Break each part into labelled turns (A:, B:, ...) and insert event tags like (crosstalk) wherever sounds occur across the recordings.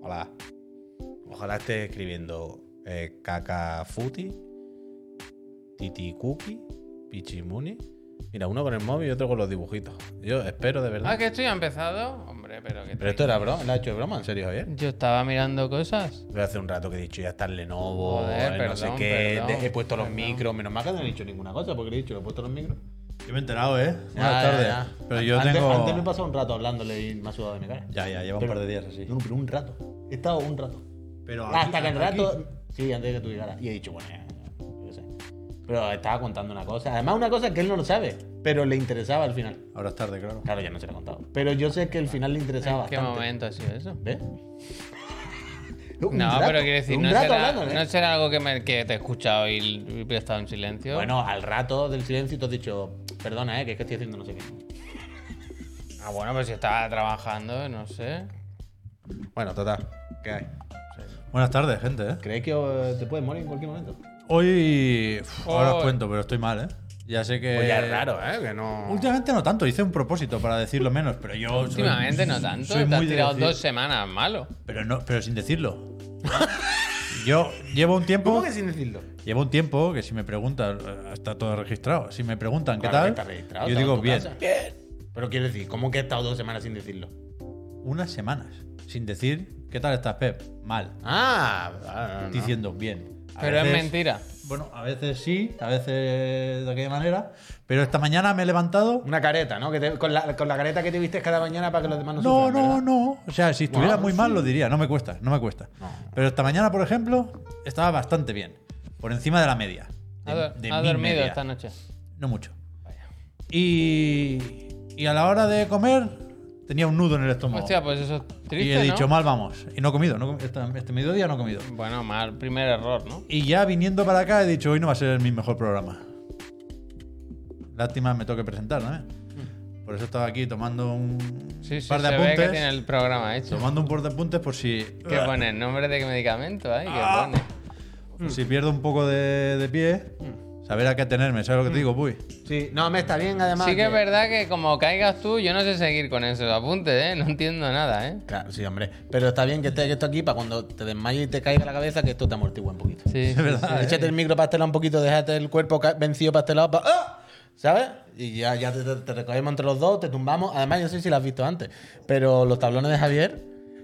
A: ojalá. Ojalá esté escribiendo eh, Kakafuti, Titi Cookie, Pichimuni. Mira, uno con el móvil y otro con los dibujitos. Yo espero de verdad.
B: Ah, que esto ya ha empezado. Hombre, pero que.
A: Pero esto era broma, ¿lo ha hecho de broma? ¿En serio, Javier?
B: Yo estaba mirando cosas.
A: Pero hace un rato que he dicho, ya está el Lenovo,
B: Joder,
A: el no sé
B: perdón,
A: qué.
B: perdón,
A: he puesto los
B: perdón.
A: micros. Menos mal que no he dicho ninguna cosa, porque le he dicho, le he puesto los micros.
C: Yo me he enterado,
A: Ya,
C: ¿eh?
B: Ah,
C: Buenas
A: ya,
C: tardes.
A: ya.
C: Pero yo
A: antes,
C: tengo.
A: Antes me he pasado un rato hablándole y me ha sudado de mi cara.
C: Ya, ya, lleva un
A: Pero-
C: par de días así.
A: No, pero un rato. He estado un rato.
C: Pero
A: Hasta que
C: aquí-
A: el
C: aquí-
A: rato. Sí, antes de que tú llegaras. Y he dicho, bueno, ya, ya, yo qué sé. Pero estaba contando una cosa. Además, una cosa que él no lo sabe, pero le interesaba al final.
C: Ahora es tarde, claro.
A: Claro, ya no se lo he contado. Pero yo sé que al final le interesaba
B: ¿Qué
A: bastante.
B: momento ha sido eso?
C: (laughs)
A: ¿Ves?
B: No, pero quiero decir,
A: un
B: no
A: rato ¿eh?
B: será,
C: ¿eh?
A: hablándole.
B: no será algo que, me, que te he escuchado y, y he estado en silencio.
A: Bueno, al rato del silencio tú has dicho, perdona, eh, que es que estoy haciendo no sé qué.
B: Ah, bueno, pues si estaba trabajando, no sé.
C: Bueno, total. ¿Qué hay? Buenas tardes, gente, ¿eh?
A: ¿Crees que eh, te puedes morir en cualquier momento?
C: Hoy. uf, Ahora
B: Hoy.
C: os cuento, pero estoy mal, ¿eh? Ya sé que.
A: Pues ya es raro, ¿eh? Que no.
C: Últimamente no tanto, hice un propósito para decirlo menos, pero yo. soy-
B: Últimamente no tanto.
C: soy
B: Te has
C: muy de
B: tirado
C: decir-
B: dos semanas malo.
C: Pero, no, pero
A: (laughs)
C: sin decirlo. Yo llevo un tiempo.
A: sin decirlo?
C: Llevo un tiempo que si me preguntan, eh, está todo registrado. Si me preguntan
A: Claro que
C: qué
A: está
C: tal,
A: registrado,
C: yo
A: estaba en
C: digo
A: tu
C: bien.
A: casa. Bien. Pero quiero decir, ¿cómo que he estado dos semanas sin decirlo?
C: Unas semanas sin decir qué tal estás, Pep. Mal.
A: Ah, ah, no, no.
C: Diciendo bien. A
B: Pero es
C: veces-
B: mentira.
C: Bueno, a veces sí, a veces de aquella manera. Pero esta mañana me he levantado.
A: una careta, ¿no? Que te- con, la, con la careta que te vistes cada mañana para que los demás no
C: No,
A: sufran,
C: no,
A: ¿verdad?
C: no. O sea, si estuviera
A: Bueno,
C: muy
A: sí.
C: mal lo diría. No me cuesta, no me cuesta. Pero esta mañana, por ejemplo, estaba bastante bien. Por encima de la media. De,
B: Ha, do-
C: de
B: ha
C: mi
B: dormido
C: media.
B: esta noche.
C: No mucho. Y, y a la hora de comer tenía un nudo en el estómago.
B: Hostia, pues eso es triste.
C: y he dicho,
B: ¿no?
C: mal vamos. Y no he comido. no he comi- esta- este mediodía no he comido.
B: Bueno, mal, primer error, ¿no?
C: Y ya viniendo para acá he dicho, hoy no va a ser mi mejor programa. Lástima me toque presentar, ¿no? Por eso estaba aquí tomando un
B: Mm. Sí, sí,
C: par de
B: se ve
C: apuntes.
B: que tiene el programa hecho.
C: Tomando un par de apuntes por si,
B: ¿Qué pone? ¿El nombre de qué medicamento hay? ¿Qué
C: Ah.
B: pone? Mm.
C: por si pierdo un poco de, de pie. Saber a qué atenerme, ¿sabes
B: Mm.
C: lo que te digo? Puy.
A: Sí, no, me está bien además.
B: Sí que es verdad que como caigas tú, yo no sé seguir con esos apuntes, ¿eh? No entiendo nada, ¿eh?
A: Claro, sí, hombre. Pero está bien que esté esto aquí para cuando te desmayes y te caiga la cabeza, que esto te amortigua un poquito.
B: Sí, sí,
C: verdad,
B: sí.
A: (laughs) Échate el micro pastelado un poquito, déjate el cuerpo ca- vencido pastelado. pa- ¡Ah! ¿Sabes? Y ya, ya te, te- te recogemos entre los dos, te tumbamos. Además, yo no sé si lo has visto antes, pero los tablones de Javier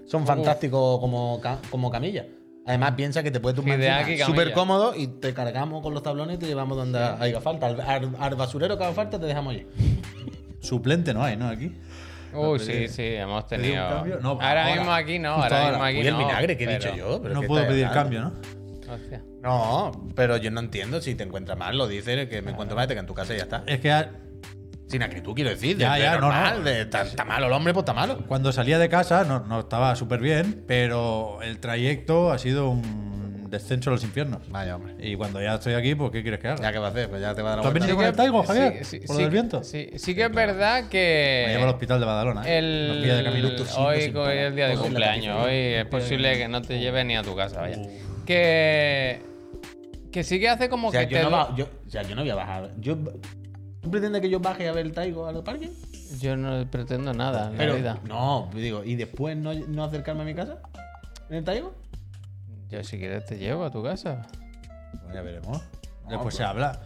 A: son fantásticos como, ca- como camilla. Además, piensa que te puedes tumbar
B: Ideal que camilla.
A: súper cómodo y te cargamos con los tablones y te llevamos donde haga falta. Al, al- al basurero que haga falta te dejamos allí.
C: Suplente no hay, ¿no? Aquí.
B: Uy, sí, sí, hemos
C: ¿Pedí un
B: tenido.
C: cambio? No,
B: ahora,
C: ahora.
B: mismo aquí no,
C: Justo
B: ahora, mismo
C: ahora.
B: aquí
A: Uy, el
B: no.
A: vinagre que he dicho
B: pero-
A: yo. pero
C: no
A: ¿qué
C: puedo
A: está
C: pedir
A: hablando?
C: cambio, ¿no?
B: Hostia.
A: No, pero yo no entiendo si te encuentras mal, lo dices, que me encuentro mal, te que en tu casa y ya está.
C: Es que a-
A: Sin acritud, quiero decir.
C: Ya,
A: de-
C: ya,
A: de
C: no,
A: normal,
C: no.
A: de- está, está malo el hombre, pues está malo.
C: Cuando salía de casa no, no estaba súper bien, pero el trayecto ha sido un descenso a los infiernos.
A: Vaya, hombre.
C: Y cuando ya estoy aquí, pues ¿qué quieres que haga?
A: Ya que va a hacer, pues ya te va a dar
C: ¿Tú
A: la
C: has
A: vuelta.
C: venido con el taigo, Javier?
B: sí,
C: ¿Por
B: sí
C: lo del
B: que-
C: viento?
B: Sí, sí que es verdad que.
C: Me lleva al hospital de Badalona. ¿eh? Nos pilla de camino.
B: El, hoy co- hoy es
A: Pues
B: el día
C: Pues,
B: de cumpleaños. Hoy es posible que no te lleve ni a tu casa, vaya. Que. Que sí que hace como
A: O sea,
B: que
A: yo
B: te.
A: no
B: du-
A: va- yo- o sea, yo no voy a bajar. Yo, ¿Tú pretendes que yo baje a ver el taigo al parque?
B: Yo no pretendo nada en la vida.
A: no, digo, ¿y después no, no acercarme a mi casa? ¿En el taigo?
B: Yo si quieres te llevo a tu casa.
C: Bueno, Pues Ya veremos. Después se habla.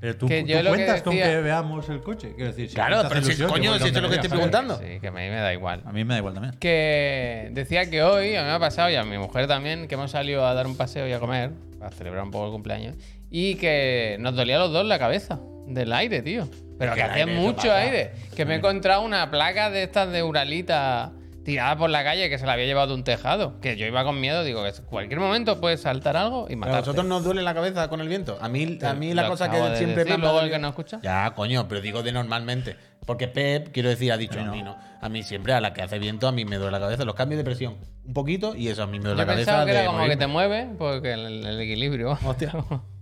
C: Pero tú,
B: pues. Que
C: tú
B: yo lo que
C: cuentas con
B: decía-
C: que veamos el coche. Quiero decir, si
A: Claro,
C: a ti te hace
A: pero si-
C: ilusión,
A: coño,
C: yo voy
A: si esto es lo que
C: donde
A: estoy
C: vaya, ¿sabes?
A: preguntando.
B: Sí, que a mí me da igual.
C: A mí me da igual también.
B: Que decía que hoy, a mí me ha pasado y a mi mujer también, que hemos salido a dar un paseo y a comer, a celebrar un poco el cumpleaños, y que nos dolía a los dos la cabeza del aire, tío. Pero que
A: el
B: hacía
A: aire,
B: mucho
A: eso pasa. Mm.
B: aire. Que me he encontrado una placa de estas de Uralita tirada por la calle que se la había llevado de un tejado. Que yo iba con miedo, digo, que en cualquier momento puede saltar algo y
A: Pero ¿A
B: matar.
A: vosotros nos duele la cabeza con el viento? A mí, a mí la cosa que siempre me ha
B: luego el
A: dolido-
B: que no escucha.
A: Ya, coño, pero digo de normalmente. Porque Pep, quiero decir, ha dicho a mí no. A mí siempre, a la que hace viento, a mí me duele la cabeza. Los cambios de presión, un poquito, y eso a mí me duele
B: Yo
A: la cabeza.
B: pensaba que era
A: de
B: como que
A: morirme.
B: te mueve, porque el, el equilibrio. (laughs)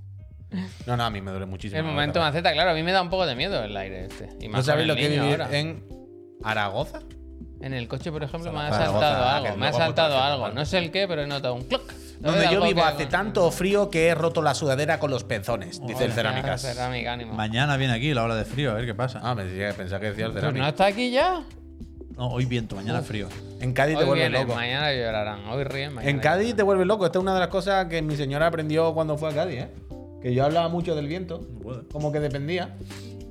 A: No, no, a mí me duele muchísimo.
B: El
A: la
B: momento
A: cabeza.
B: maceta, claro, a mí me da un poco de miedo el aire este. Y
A: ¿No
B: más con
A: sabéis lo
B: el
A: que es
B: niño
A: vivir
B: ahora.
A: en Zaragoza?
B: En el coche, por ejemplo, me ha
A: Zaragoza,
B: saltado
A: ah,
B: algo.
A: que
B: Me ha
A: luego
B: saltado
A: vamos a
B: algo.
A: hacer
B: No sé el qué, pero he notado un clock.
A: Donde yo vivo hace tanto frío que he roto la sudadera con los pezones, dice el Cerámicas.
B: Cerámica, ánimo.
C: Mañana viene aquí la hora de frío, a ver qué pasa.
A: Ah, me decía, pensaba que decía el
B: Pues ¿No
A: Cerámicas.
B: está aquí ya?
C: No, hoy viento, mañana frío.
A: En Cádiz te
B: Hoy
A: vuelves
B: vienen,
A: loco.
B: mañana llorarán. Hoy ríen, mañana
A: En Cádiz te vuelves loco. Esta es una de las cosas que mi señora aprendió cuando fue a Cádiz, ¿eh? Que yo hablaba mucho del viento,
C: puedo.
A: como que dependía.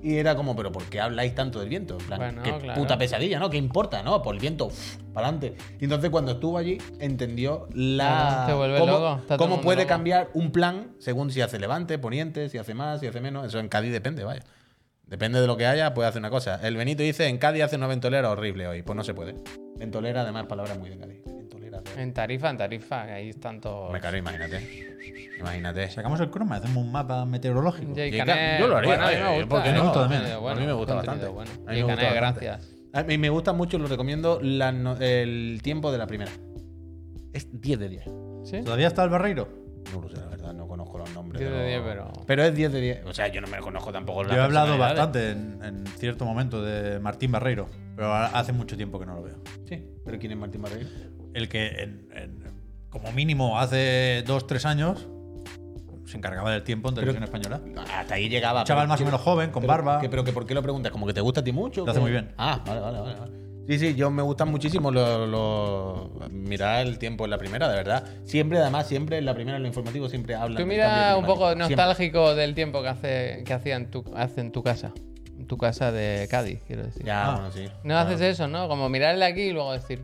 A: Y era como, pero ¿por qué habláis tanto del viento? En plan,
B: Bueno,
A: qué
B: claro.
A: puta pesadilla, ¿no? ¿Qué importa, no? Por el viento, para adelante. Y entonces cuando estuvo allí, entendió la...
B: Claro, te vuelves
A: cómo,
B: loco, está todo el
A: cómo
B: mundo
A: puede
B: loco.
A: cambiar un plan según si hace levante, poniente, si hace más, si hace menos. Eso en Cádiz depende, vaya. Depende de lo que haya, puede hacer una cosa. El Benito dice, en Cádiz hace una ventolera horrible hoy. Pues no se puede. Ventolera, además, palabra muy de Cádiz. Ventolera.
B: En Tarifa, en Tarifa, que ahí están todos.
A: Me caro, imagínate. Imagínate.
C: Sacamos el croma, hacemos un mapa meteorológico.
B: Jay
A: Jay
B: Canet,
A: Can- yo lo haría,
B: bueno, a mí
A: eh,
B: me gusta,
A: ¿por qué
B: eh,
A: no?
B: un
C: También,
B: contenido
A: a mí me gusta
B: un contenido
A: bastante.
B: bueno.
A: A
B: Jay
A: mí me gusta
B: Canet,
A: bastante.
B: gracias.
A: A mí me gusta mucho, lo recomiendo, la no- el tiempo de la primera. Es 10 de 10. No
B: ¿Sí?
C: ¿Todavía está el barreiro?
A: lo sé, la verdad, no conozco los nombres.
B: 10 de
A: los-
B: 10, pero-
A: Pero es 10 de 10. O sea, yo no me conozco tampoco
C: Yo he hablado bastante en, en cierto momento de Martín Barreiro, pero ahora hace mucho tiempo que no lo veo.
A: Sí, pero ¿quién es Martín Barreiro?
C: El que, en- en- como mínimo, hace dos, tres años se encargaba del tiempo en televisión española.
A: No, Hasta ahí llegaba.
C: Un chaval
A: pero-
C: más o menos joven,
A: Ah,
C: con
A: pero-
C: barba.
A: que- pero que ¿por qué lo preguntas? ¿Como que te gusta a ti mucho?
C: Lo hace
A: ¿Cómo?
C: muy bien.
A: Ah, vale, vale, vale. vale. Sí, sí, yo me gustan muchísimo los... los- mirar el tiempo en la primera, de verdad. Siempre, además, siempre en la primera, en lo informativo, siempre hablan.
B: Tú
A: del
B: mira
A: cambio
B: un poco
A: climático. Siempre.
B: nostálgico del tiempo que hace que hacía en tu, hace en tu casa. En tu casa de Cádiz, quiero decir.
A: Ya,
C: Ah.
A: bueno, sí.
B: No haces eso, ¿no? Como mirarle aquí y luego decir,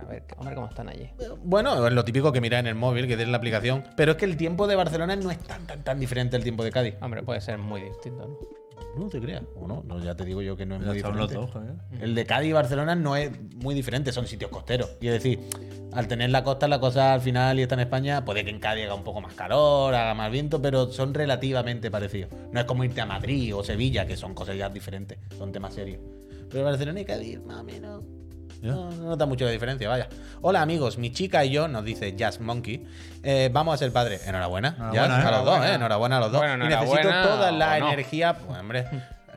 B: a ver, hombre, cómo están allí.
A: Bueno, es lo típico que mira en el móvil, que tienes la aplicación. Pero es que el tiempo de Barcelona no es tan, tan, tan diferente al tiempo de Cádiz.
B: Hombre, puede ser muy distinto, ¿no?
A: No te creas. O no, no, ya te digo yo que no es
C: Ya
A: muy
C: estaban los
A: diferente.
C: dos, joder.
A: El de Cádiz y Barcelona no es muy diferente, son sitios costeros. Y es decir, al tener la costa, la cosa al final y está en España, puede que en Cádiz haga un poco más calor, haga más viento, pero son relativamente parecidos. No es como irte a Madrid o Sevilla, que son cosas ya diferentes, son temas serios. Pero Barcelona y Cádiz, más o menos.
C: Ya.
A: No, no nota mucho la diferencia, vaya. Hola amigos, mi chica y yo, nos dice Jazz Monkey, eh, vamos a ser padres. Enhorabuena,
C: Enhorabuena,
A: Jazz,
C: ¿eh?
A: a los dos, eh, enhorabuena a los dos.
B: Bueno,
A: y necesito
B: enhorabuena
A: toda
B: o
A: la
B: no.
A: energía energía, pues, hombre,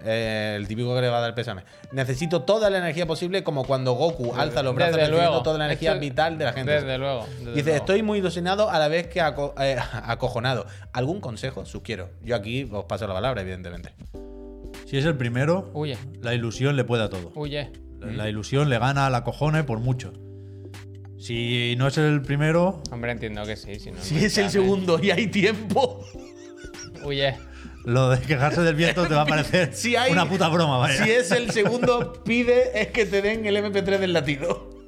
A: eh, el típico que le va a dar pésame. Necesito toda la energía posible, como cuando Goku alza los brazos
B: Desde
A: recibiendo
B: luego.
A: toda la energía
B: Esto-
A: vital de la gente.
B: Desde luego. desde
A: Dice,
B: luego.
A: estoy muy ilusionado a la vez que aco- eh, acojonado. ¿Algún consejo? Sugiero. Yo aquí os paso la palabra, evidentemente.
C: Si es el primero,
B: Huye,
C: la ilusión le puede a todo.
B: huye.
C: La, la ilusión le gana a la cojones por mucho. Si no es el primero,
B: Hombre, entiendo que sí. Si, no,
A: Si
B: no
A: es el
B: está,
A: segundo y hay tiempo,
B: ¿eh? Huye.
C: lo de quejarse del viento te va a
A: (laughs)
C: parecer
A: Si hay-
C: una puta broma, vaya.
A: si es el segundo, pide es que te den el MP3 del latido.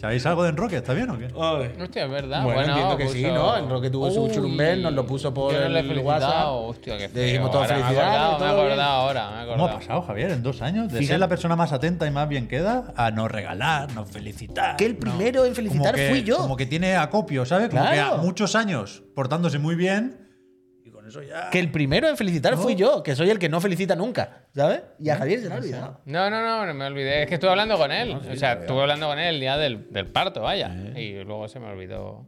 C: ¿Sabéis algo de Enroque? ¿Está bien o qué?
B: Hostia, es verdad.
A: Bueno,
B: Bueno,
A: entiendo que sí,
B: puso-
A: ¿no? El Roque tuvo su
B: Uy,
A: churumbel, nos lo puso por
B: yo no le he
A: el
B: felicitado.
A: WhatsApp.
B: Hostia, qué
A: Le
B: feo.
A: dijimos todas
B: Ahora me he
A: felicidades,
B: acordado, Me he
A: todo bien.
B: acordado ahora. Me he
C: ¿Cómo ha
B: acordado.
C: pasado, Javier, en dos años? De
A: Fíjate.
C: ser la persona más atenta y más bien queda a no regalar, no felicitar.
A: Que el
C: no.
A: primero en felicitar
C: Como que-
A: fui yo.
C: Como que tiene acopio, ¿sabes? Como
A: Claro.
C: que a muchos años portándose muy bien y con eso ya.
A: Que el primero en felicitar fui yo, que soy el que no felicita nunca, ¿sabes? Y a Javier se le ha olvidado.
B: No, no, no, no me olvidé. Es que estuve hablando con él. o sea, estuve hablando con él el día del, del parto, vaya.
A: Eh.
B: Y luego se me olvidó.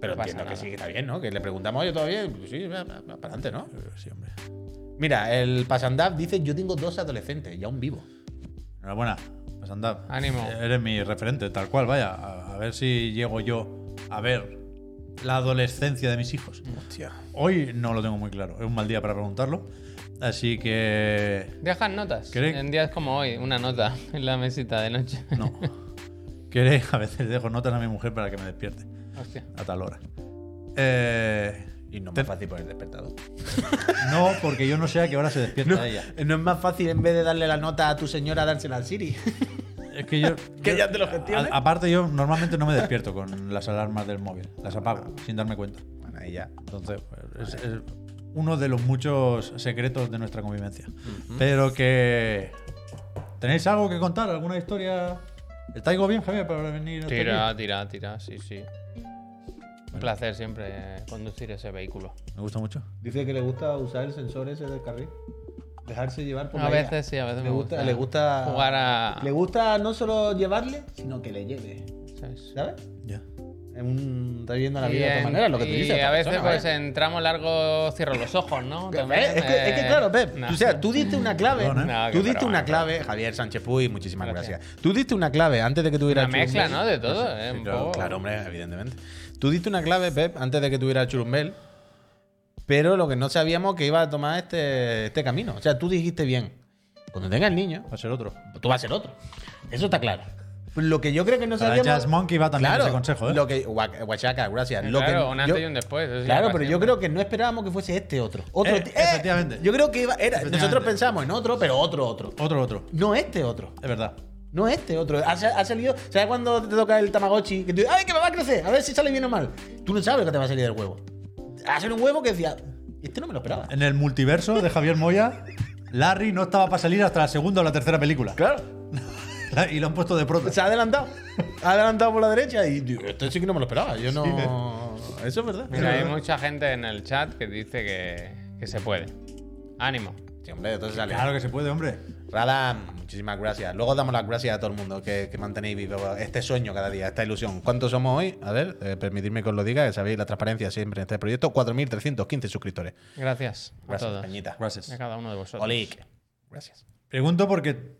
A: Pero
B: No pasa
A: entiendo que
B: nada.
A: sí, que está bien, ¿no? Que le preguntamos, oye, ¿todo bien? Pues Sí, va, va, va, para adelante, ¿no?
C: Eh, Sí, hombre.
A: Mira, el Pasandab dice, yo tengo dos adolescentes y aún vivo.
C: Enhorabuena, pues anda.
B: Ánimo.
C: Eres mi referente, tal cual, vaya. A, a ver si llego yo a ver la adolescencia de mis hijos.
A: Hostia.
C: Hoy no lo tengo muy claro, es un mal día para preguntarlo. Así que.
B: Dejan notas.
C: ¿Queréis-
B: En días como hoy, una nota (laughs) en la mesita de noche.
A: (laughs)
C: No. ¿Queréis? A veces dejo notas a mi mujer para que me despierte
B: Hostia.
C: a tal hora. Eh,
A: Y no es
C: Te-
A: más fácil por el despertador.
C: no, porque yo no sé a qué hora se despierta ella.
A: No es más fácil en vez de darle la nota a tu señora, dársela al Siri.
C: Es que yo.
A: Que
C: yo-
A: ya te lo gestione.
C: a- aparte, yo normalmente no me despierto con las alarmas del móvil. Las apago sin darme cuenta.
A: bueno, ahí ya.
C: Entonces, pues, es, es uno de los muchos secretos de nuestra convivencia. Pero que. ¿Tenéis algo que contar? ¿Alguna historia? ¿Estáis bien, Javier, para venir? este hasta
B: Tira,
C: aquí?
B: tira, tira. Sí, sí. Un placer siempre conducir ese vehículo.
C: Me gusta mucho.
A: Dice que le gusta usar el sensor ese del carril. Dejarse llevar por
B: A veces sí, a veces
A: Pues le
B: me gusta.
A: gusta, le gusta
B: jugar a.
A: Le gusta no solo llevarle, sino que le lleve.
B: ¿sabes?
A: ¿Sabes?
C: Ya.
A: Es un- Está viviendo la
B: Y
A: vida de
B: en-
A: otra manera, lo que tú
B: y
A: dices.
B: a
A: esta
B: veces,
A: persona,
B: pues
A: ¿eh?
B: en tramo largo cierro los ojos, ¿no?
A: Ve,
B: También,
A: Es que, es que,
B: eh,
A: claro, Pep,
B: no.
A: o sea, tú diste una clave,
C: Perdón, ¿eh?
B: No, que
A: tú diste
B: broma,
A: una
B: que
A: clave, Javier Sánchez Puy, muchísimas gracias.
B: Gracias.
A: Tú diste una clave antes de que tuviera
B: Una
A: el churumbel.
B: mezcla, ¿no? De todo, ¿eh? Un
C: claro,
B: poco.
A: Pues Claro, hombre, evidentemente. Tú diste una clave, Pep, antes de que tuviera el churumbel, pero lo que no sabíamos que iba a tomar este, este camino. O sea, tú dijiste bien. Cuando tenga el niño,
C: Va a ser otro.
A: tú vas a ser otro. Eso está claro. Lo que yo creo que no
C: Para
A: sabíamos.
C: Jazz Monkey va también
A: claro,
C: ese consejo, ¿eh?
A: Lo que, guaca- guachaca, gracias. Lo que
B: claro, un antes
A: yo-
B: y un después. eso sí,
A: Claro,
B: para
A: pero yo
B: siempre.
A: creo que no esperábamos que fuese este otro. Otro
C: Eh,
A: ti-
C: efectivamente.
A: Yo creo que iba, era,
C: Efectivamente.
A: nosotros pensamos en otro, pero otro, otro.
C: Otro, otro.
A: No este otro.
C: Es verdad.
A: No este otro. Ha, sa- ha salido. ¿Sabes cuando te toca el Tamagotchi? Que tú dices, ¡ay, que me va a crecer! A ver si sale bien o mal. Tú no sabes lo que te va a salir del huevo. Ha salido un huevo que decía, este no me lo esperaba.
C: En el multiverso de Javier Moya, Larry no estaba para salir hasta la segunda o la tercera película.
A: Claro.
C: (laughs) Y lo han puesto de pronto.
A: Se ha adelantado. Ha adelantado por la derecha y digo, esto sí que no me lo esperaba. Yo no. Eso es verdad.
B: Mira, hay mucha gente en el chat que dice que, que se puede. Ánimo.
A: Sí, hombre, entonces sale.
C: Claro que se puede, hombre.
A: Radam, muchísimas gracias. Luego damos las gracias a todo el mundo que, que mantenéis vivo este sueño cada día, esta ilusión. ¿Cuántos somos hoy? A ver, eh, permitidme que os lo diga, que sabéis la transparencia siempre en este proyecto. 4.315 suscriptores.
B: Gracias a
A: Gracias,
B: todos.
A: Peñita.
B: Y A
C: Gracias.
B: cada uno de vosotros.
A: Olik. Gracias.
C: Pregunto porque.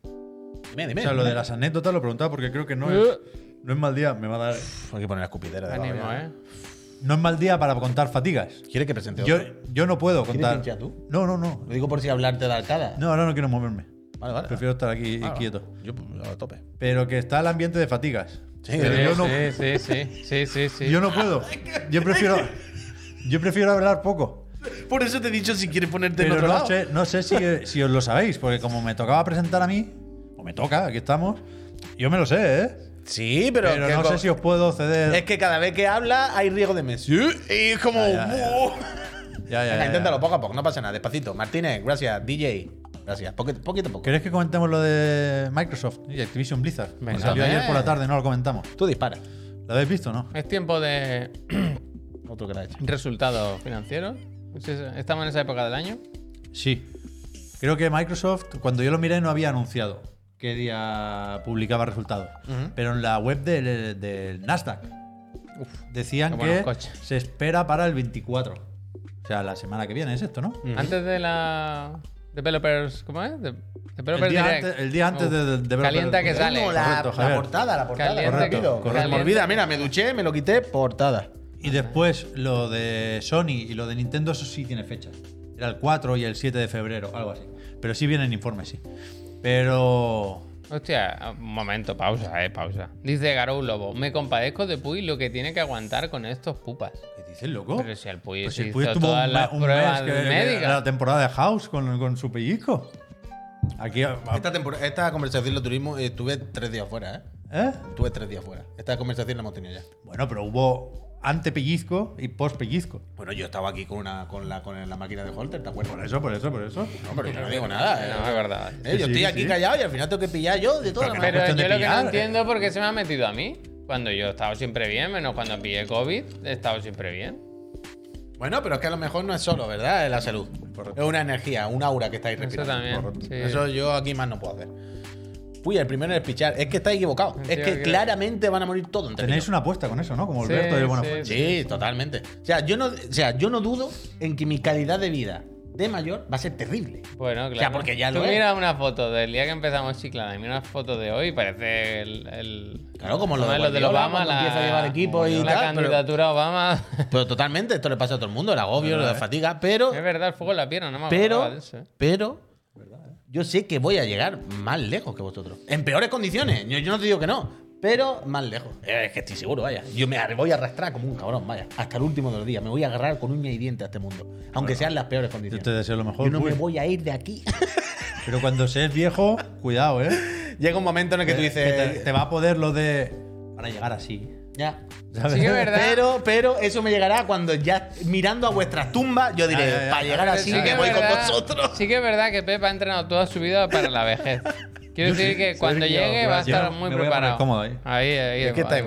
A: Dime,
C: O
A: dime.
C: sea, lo
A: dime.
C: de las anécdotas lo preguntaba porque creo que no es, no es mal día. Me va a dar.
A: Uf, Hay que poner la escupidera. de
B: Ánimo,
A: abajo, ya.
B: ¿eh?
C: No es mal día para contar fatigas.
A: ¿Quieres que presente
C: ¿eh? Yo,
A: otro?
C: yo no puedo contar.
A: pinchar tú?
C: No, no, no.
A: Lo digo por si hablarte de arcada.
C: No, ahora no quiero moverme.
A: Vale, vale.
C: Prefiero estar aquí
A: Vale, vale.
C: quieto.
A: Yo pues, a tope.
C: Pero que está el ambiente de fatigas.
A: Sí,
C: Pero yo
B: Sí,
C: no,
B: sí, sí, sí, sí, sí.
C: yo no
A: (laughs)
C: puedo. Yo prefiero, yo prefiero hablar poco.
A: Por eso te he dicho si quieres ponerte
C: Pero no sé, no sé si, si os lo sabéis, porque como me tocaba presentar a mí, o me toca, aquí estamos, yo me lo sé, ¿eh?
A: Sí, pero.
C: Pero,
A: que
C: no
A: co-
C: sé si os puedo ceder.
A: Es que cada vez que habla hay riesgo de Messi. Y es como.
C: Ya, ya, ya.
A: "Buah".
C: Ya, ya,
A: Venga,
C: ya, ya.
A: inténtalo poco a poco, no pasa nada, despacito. Martínez, gracias. DJ, gracias. Poquito, poquito a poco.
C: ¿Queréis que comentemos lo de Microsoft y Activision Blizzard? Me
B: Venga,
C: salió
B: hombre.
C: ayer por la tarde, no lo comentamos.
A: Tú disparas.
C: ¿Lo habéis visto, no?
B: Es tiempo de
A: Otro que la ha hecho.
B: resultados financieros. Sí, sí, Estamos en esa época del año.
C: Sí. Creo que Microsoft, cuando yo lo miré, no había anunciado qué día publicaba resultados. Pero en la web del, del Nasdaq decían
B: qué buenos
C: que
B: coches.
C: se espera para el 24. O sea, la semana que viene es esto, ¿no?
B: Antes de la. Developers. ¿Cómo es? De- Developer
C: El día,
B: Direct.
C: antes, el día antes
B: Uf,
C: de, de- de-
B: Calienta que
C: de-
B: sale.
A: No, la,
C: Correcto,
A: la
C: Javier.
A: portada, la portada.
B: Caliente
A: la
C: que-
A: portada.
C: correcto.
A: Se me olvida, mira, me duché, me lo quité, portada.
C: Y después lo de Sony y lo de Nintendo, eso sí tiene fechas. Era el 4 y el 7 de febrero, algo así. Pero sí vienen informes, sí. Pero.
B: Hostia, un momento, pausa, eh, pausa. Dice Garou Lobo, me compadezco de Puy lo que tiene que aguantar con estos pupas.
C: ¿Qué dices, loco?
B: Pero si el Puy
C: Pues
B: se
C: el Puy
B: hizo
C: estuvo
B: todas
C: un
B: las
C: me- un
B: pruebas
C: mes que- que-
B: médicas.
C: La temporada de House con, con su pellizco. Aquí. a- a-
A: Esta, tempor- esta conversación de turismo eh, estuve tres días fuera, ¿eh?
C: ¿Eh?
A: Estuve tres días fuera. Esta conversación la hemos tenido ya.
C: Bueno, pero hubo ante pellizco y post pellizco.
A: Bueno, yo estaba aquí con, una, con, la, con la máquina de Holter, ¿te acuerdas?
C: Por eso, por eso, por eso.
A: No, pero yo no digo nada. eh.
B: No, es verdad.
A: Eh, yo
C: Sí,
A: estoy
C: sí,
A: aquí
C: sí.
A: callado y al final tengo que pillar yo de todas
C: Pero
A: las
C: que
A: maneras.
B: Pero yo
C: cuestión de
B: lo que no
C: pillar, eh.
B: entiendo es por qué se me ha metido a mí. Cuando yo he estado siempre bien, menos cuando pillé COVID, he estado siempre bien.
A: Bueno, pero es que a lo mejor no es solo, ¿verdad? Es la salud. Es una energía, un aura que estáis
B: Eso
A: respirando.
B: también. sí.
A: Eso yo aquí más no puedo hacer. Uy, el primero es pichar. Es que está equivocado.
B: Tío,
A: es que
B: que-
A: claramente van a morir todos. entre
C: Tenéis una apuesta con eso, ¿no? Como
B: Sí,
C: Alberto de pues, Buena
A: ellos. Sí, totalmente. O sea, yo no, o sea, yo no dudo en que mi calidad de vida de mayor va a ser terrible.
B: Bueno, claro.
A: O sea, porque ya
B: Tú
A: lo es.
B: miras una foto del día que empezamos Chiclana y miras una foto de hoy, parece el. el-
A: Claro, como lo de
B: los del
A: Guardiola,
B: Obama,
A: cuando
B: la,
A: empieza a llevar equipo y
B: la
A: tal, pero-
B: candidatura a Obama. (laughs)
A: Pero totalmente, esto le pasa a todo el mundo, el agobio, eh. la fatiga, pero,
B: es verdad, el fuego en la pierna, no me acordaba
A: pero,
B: de eso. ¿eh?
A: pero, yo sé que voy a llegar más lejos que vosotros. En peores condiciones, yo, yo no te digo que no, pero más lejos. Eh, Es que estoy seguro, vaya. Yo me ar- voy a arrastrar como un cabrón, vaya. Hasta el último de los días, me voy a agarrar con uña y diente a este mundo, aunque sean las peores
C: Yo
A: condiciones.
C: te deseo lo mejor.
A: Yo no me
C: Puy.
A: voy a ir de aquí.
C: Pero cuando seas viejo, cuidado, ¿eh?
A: (laughs) Llega un momento en el que tú dices.
C: te, te va a poder lo de. Para llegar así.
A: Ya.
C: ¿sabes?
B: Sí que es verdad.
A: Pero, pero eso me llegará cuando ya mirando a vuestras tumbas, yo diré,
C: Ya, ya, ya.
A: para llegar así
B: Sí que
A: que
B: es
A: voy
B: verdad-
A: con vosotros.
B: Sí que es verdad que Pepe ha entrenado toda su vida para la vejez. Quiero decir que cuando
C: Sergio,
B: llegue va a
C: yo
B: estar
C: me
B: muy
C: voy a poner
B: preparado.
C: cómodo ahí.
B: Ahí, ahí. vale.
A: es que estáis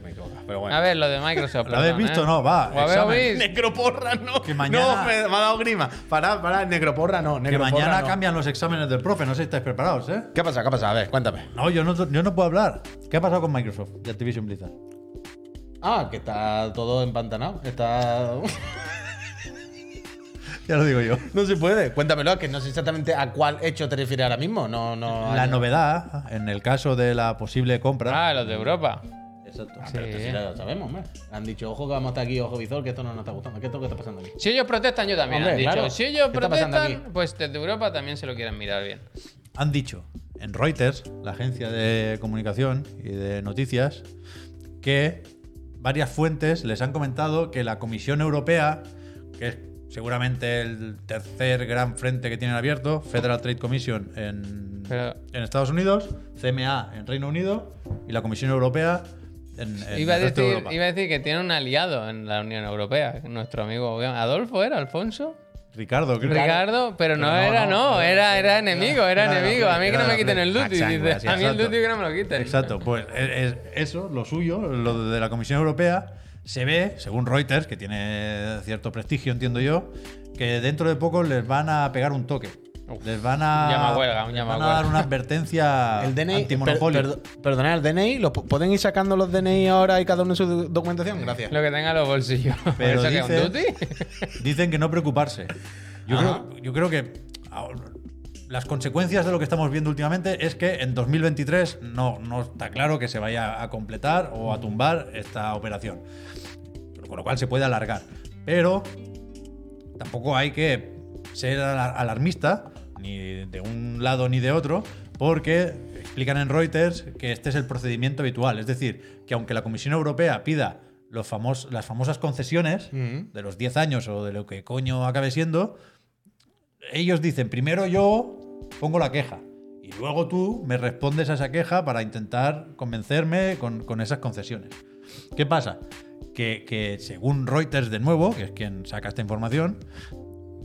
A: muy equivocados, Pero
B: A ver, lo de Microsoft.
C: ¿Lo habéis
B: perdón,
C: visto
B: ¿eh?
C: no? Va,
B: ¿Lo habéis
C: examen.
B: visto?
A: Necroporra no.
C: Que mañana-
A: No, me, me ha dado grima. Pará, pará, necroporra no.
C: Que
A: Necroporra
C: mañana
A: no.
C: cambian los exámenes del profe, no sé si estáis preparados, ¿eh?
A: ¿Qué pasa? ¿Qué pasa? A ver, cuéntame.
C: No, yo no, yo no puedo hablar. ¿Qué ha pasado con Microsoft y Activision Blizzard?
A: Ah, que está todo empantanado. Está.
C: (laughs)
A: (laughs)
C: Ya lo digo yo.
A: no se puede. Cuéntamelo, que no sé exactamente a cuál hecho te refieres ahora mismo. No, no.
C: La novedad, en el caso de la posible compra,
B: Ah, los de Europa.
A: Exacto.
B: Sí.
A: Pero que sí ya lo sabemos, hombre. Han dicho, ojo que vamos a estar aquí, ojo visor, que esto no nos está gustando. ¿Qué es lo que está pasando aquí?
B: Si ellos protestan, yo también.
A: Hombre,
B: han dicho.
A: claro.
B: Si ellos
A: ¿Qué está pasando
B: protestan,
A: aquí?
B: pues desde Europa también se lo quieren mirar bien.
C: Han dicho en Reuters, la agencia de comunicación y de noticias, que varias fuentes les han comentado que la Comisión Europea, que es seguramente el tercer gran frente que tienen abierto, Federal Trade Commission en,
B: Pero-
C: en Estados Unidos, CMA en Reino Unido y la Comisión Europea en, en
B: Iba a,
C: el resto
B: decir,
C: de Eh, Europa.
B: iba a decir que tiene un aliado en la Unión Europea. Nuestro amigo Adolfo era Alfonso.
C: Ricardo, creo.
B: Ricardo, pero no,
C: Pero no,
B: era,
C: no,
B: no,
C: no,
B: era, era enemigo, era
C: Era la
B: enemigo. A mí
C: Play,
B: que no
C: era
B: me
C: la
B: quiten
C: Play.
B: el duty,
C: Pachanga,
B: dice.
C: sí,
B: A mí el
C: exacto.
B: duty que no me lo quiten.
C: Exacto, pues es- es- eso, lo suyo, lo de la Comisión Europea, se ve, según Reuters, que tiene cierto prestigio, entiendo yo, que dentro de poco les van a pegar un toque.
B: Uf,
C: les van a,
B: un llamahuelga, un
C: les van a
B: llamahuelga.
C: dar una advertencia
A: El DNI.
C: Ah, antimonopolio.
A: eh, per- perdo- perdonad, el DNI. ¿lo pu- ¿Pueden ir sacando los DNI ahora y cada uno en su do- documentación? Gracias.
B: Lo que tenga en los bolsillos.
C: (laughs) Pero
B: ¿Eso que es un
C: dice-
B: duty?
C: Dicen que no preocuparse. Yo,
A: Ajá.
C: creo, yo creo que ahora, las consecuencias de lo que estamos viendo últimamente es que en 2023 no, no está claro que se vaya a completar o a tumbar esta operación. Con lo cual se puede alargar. Pero tampoco hay que ser ala- alarmista, ni de un lado ni de otro, porque explican en Reuters que este es el procedimiento habitual. Es decir, que aunque la Comisión Europea pida los famos- las famosas concesiones
A: Mm.
C: de los 10 años o de lo que coño acabe siendo, ellos dicen, primero yo pongo la queja. Y luego tú me respondes a esa queja para intentar convencerme con, con esas concesiones. ¿Qué pasa? Que, que según Reuters de nuevo, que es quien saca esta información,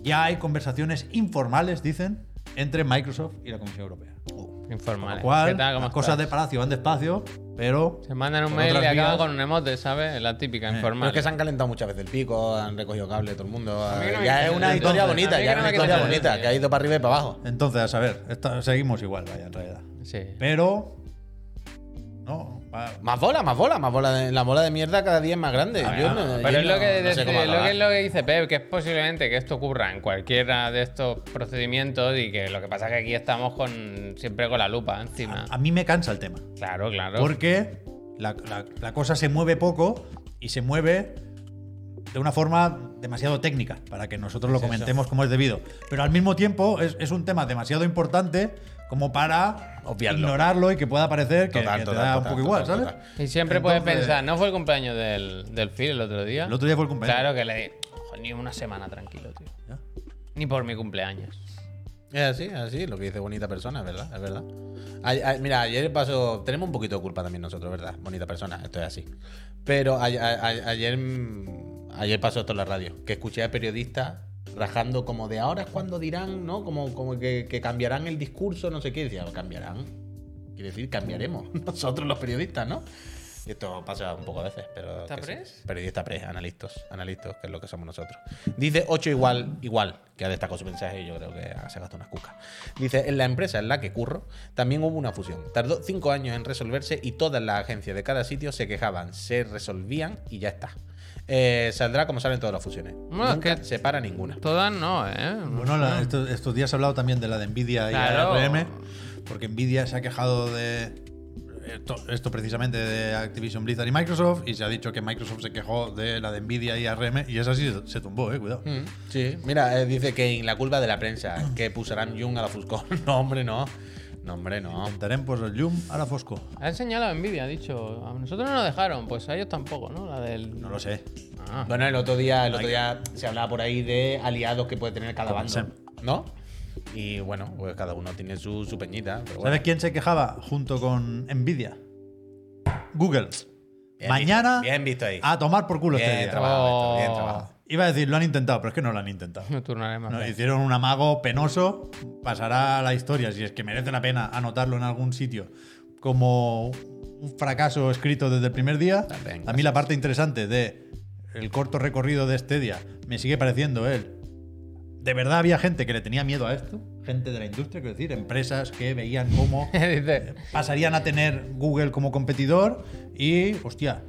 C: ya hay conversaciones informales, dicen, entre Microsoft y la Comisión Europea. Con
B: Informal.
C: lo cual,
B: ¿Qué tal? ¿Cómo
C: las cosas de
B: estás?
C: palacio van despacio, pero...
B: Se mandan un
C: por
B: mail y
C: otras Eh,
B: acaban
C: vías-
B: con un emote, ¿sabes? La típica,
A: Pero
B: informal.
A: es que se han calentado muchas veces el pico, han recogido cable todo el mundo.
B: mí no me
A: ya es
B: quitan
A: una
B: el
A: historia
C: entonces.
B: A
A: bonita,
B: mí
A: ya
B: que
A: es
B: no
A: una
B: me
A: historia
B: quitan el
A: bonita,
B: entonces.
A: que ha ido para arriba y para abajo.
C: Entonces, a saber, esta- seguimos igual, vaya, en realidad.
B: Sí.
C: Pero. No, va-
A: Más bola, más bola, más bola. de- La bola de mierda cada día es más grande.
C: A ver,
A: Yo
C: a-
A: no- yo
B: Ah, Pero es lo
A: no-
B: que,
A: no sé
B: desde-
A: cómo
B: lo que
A: acabar.
B: es lo que dice Pep, que es posiblemente que esto ocurra en cualquiera de estos procedimientos y que lo que pasa es que aquí estamos con siempre con la lupa encima.
C: a mí me cansa el tema.
B: Claro, claro.
C: Porque la, la- la cosa se mueve poco y se mueve de una forma demasiado técnica para que nosotros lo comentemos como es debido. Pero al mismo tiempo es, es un tema demasiado importante como para
A: Obviarlo.
C: ignorarlo y que pueda parecer que,
A: Total,
C: que te
A: total,
C: da un
A: total,
C: poco igual,
A: total,
C: ¿sabes?
A: total.
B: Y siempre puedes
C: Entonces-
B: pensar, ¿no fue el cumpleaños del, del Phil el otro día?
C: El otro día fue el cumpleaños.
B: Claro que le di, "Ojo, ni una semana tranquilo, tío.
C: Ya.
B: Ni por mi cumpleaños.
A: Es así, es así, lo que dice bonita persona, es verdad, es verdad. Ay- ay, mira, ayer pasó. Tenemos un poquito de culpa también nosotros, ¿verdad? Bonita persona, esto es así. Pero ay- ay- ay- ayer. mm, Ayer pasó esto en la radio, que escuché a periodistas rajando como de ahora es cuando dirán, ¿no? Como, como que, que cambiarán el discurso, no sé qué. Decía, cambiarán. Quiere decir, cambiaremos (laughs) nosotros los periodistas, ¿no? Y esto pasa un poco a veces, pero.
B: ¿Está
A: que sí.
B: pres?
A: Periodista pres, analistas, analistas, que es lo que somos nosotros. Dice 8 igual, igual, que ha destacado su mensaje y yo creo que se ha gastado unas cucas. Dice, en la empresa en la que curro también hubo una fusión. Tardó 5 años en resolverse y todas las agencias de cada sitio se quejaban, se resolvían y ya está. Eh, saldrá como salen todas las fusiones.
B: No, es
A: Nunca
B: que-
A: se para ninguna.
B: Todas no, ¿eh?
C: Bueno, la- estos, estos días se ha hablado también de la de Nvidia y
B: Claro.
C: ARM, porque Nvidia se ha quejado de esto, esto precisamente de Activision Blizzard y Microsoft, y se ha dicho que Microsoft se quejó de la de Nvidia y ARM, y esa sí se- se tumbó, eh, cuidado.
A: Mm, Sí, mira, eh, dice que en la culpa de la prensa, que pusarán Jung a la Fusco. (laughs) No, hombre, no. No, hombre, no.
C: Intentaremos pues el Yum a la Fosco.
B: Ha enseñado envidia, ha dicho. A nosotros no nos dejaron, pues a ellos tampoco, ¿no? La del.
C: No lo sé.
B: Ah.
A: Bueno, el otro día, el otro día se hablaba por ahí de aliados que puede tener cada
C: Como
A: bando.
C: Sam.
A: ¿No? Y bueno, pues cada uno tiene su, su peñita. Pero bueno.
C: ¿Sabes quién se quejaba junto con Nvidia? Google.
A: Bien
C: Mañana
A: visto, Bien visto ahí.
C: a tomar por culo este
A: bien
C: día.
A: trabajado, esto, bien
B: Oh.
A: trabajado.
C: Iba a decir, lo han intentado, pero es que no lo han intentado.
B: No turnaré más.
C: No,
B: veces.
C: hicieron un amago penoso, pasará a la historia, si es que merece la pena anotarlo en algún sitio como un fracaso escrito desde el primer día.
A: También,
C: A mí la parte interesante de el corto recorrido de este día me sigue pareciendo él. De verdad había gente que le tenía miedo a esto, gente de la industria, quiero decir, empresas que veían cómo
B: (laughs) Dice,
C: pasarían a tener Google como competidor y, hostia,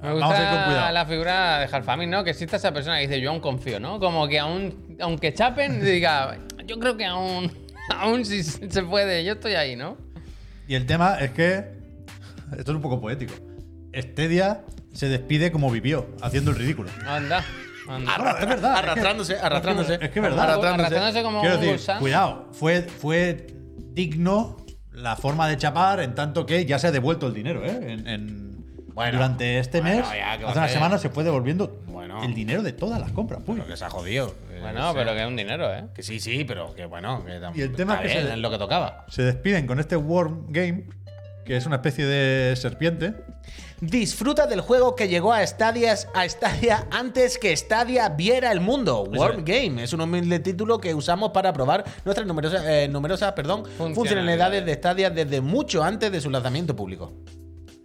B: Me
C: vamos a ir con
B: gusta
C: cuidado.
B: la figura de Halfami, ¿no? Que exista esa persona que dice, yo aún confío, ¿no? Como que aún, aunque chapen, diga, yo creo que aún, (laughs) aún sí se puede, yo estoy ahí, ¿no?
C: Y el tema es que. Esto es un poco poético. Estedia se despide como vivió, haciendo el ridículo.
B: Anda,
A: Ah,
B: anda.
C: Es verdad. es que-
A: Arrastrándose, arrastrándose.
C: Es que es verdad.
B: Arrastrándose. Arrastrándose como
C: Quiero
B: un
C: decir,
B: gusano.
C: cuidado, fue, fue digno la forma de chapar en tanto que ya se ha devuelto el dinero, ¿eh? En- en-
A: Bueno,
C: durante este
A: bueno,
C: mes,
A: ya, ¿qué va a
C: hace una
A: hacer?
C: semana se fue devolviendo
A: Bueno.
C: el dinero de todas las compras. Puy.
A: Pero que se ha jodido. Eh,
B: Bueno,
A: o sea,
B: pero que es un dinero, ¿eh?
A: que sí, sí, pero que bueno. Que tam-
C: Y el tema
A: está
C: es que
A: bien,
C: se-
A: es lo que tocaba.
C: Se despiden con este Worm Game, que es una especie de serpiente.
A: Disfruta del juego que llegó a Stadias a Stadia antes que Stadia viera el mundo. World Game es un humilde título que usamos para probar nuestras numerosas, eh, numerosas perdón,
B: Funcionalidades.
A: funcionalidades de Stadia desde mucho antes de su lanzamiento público.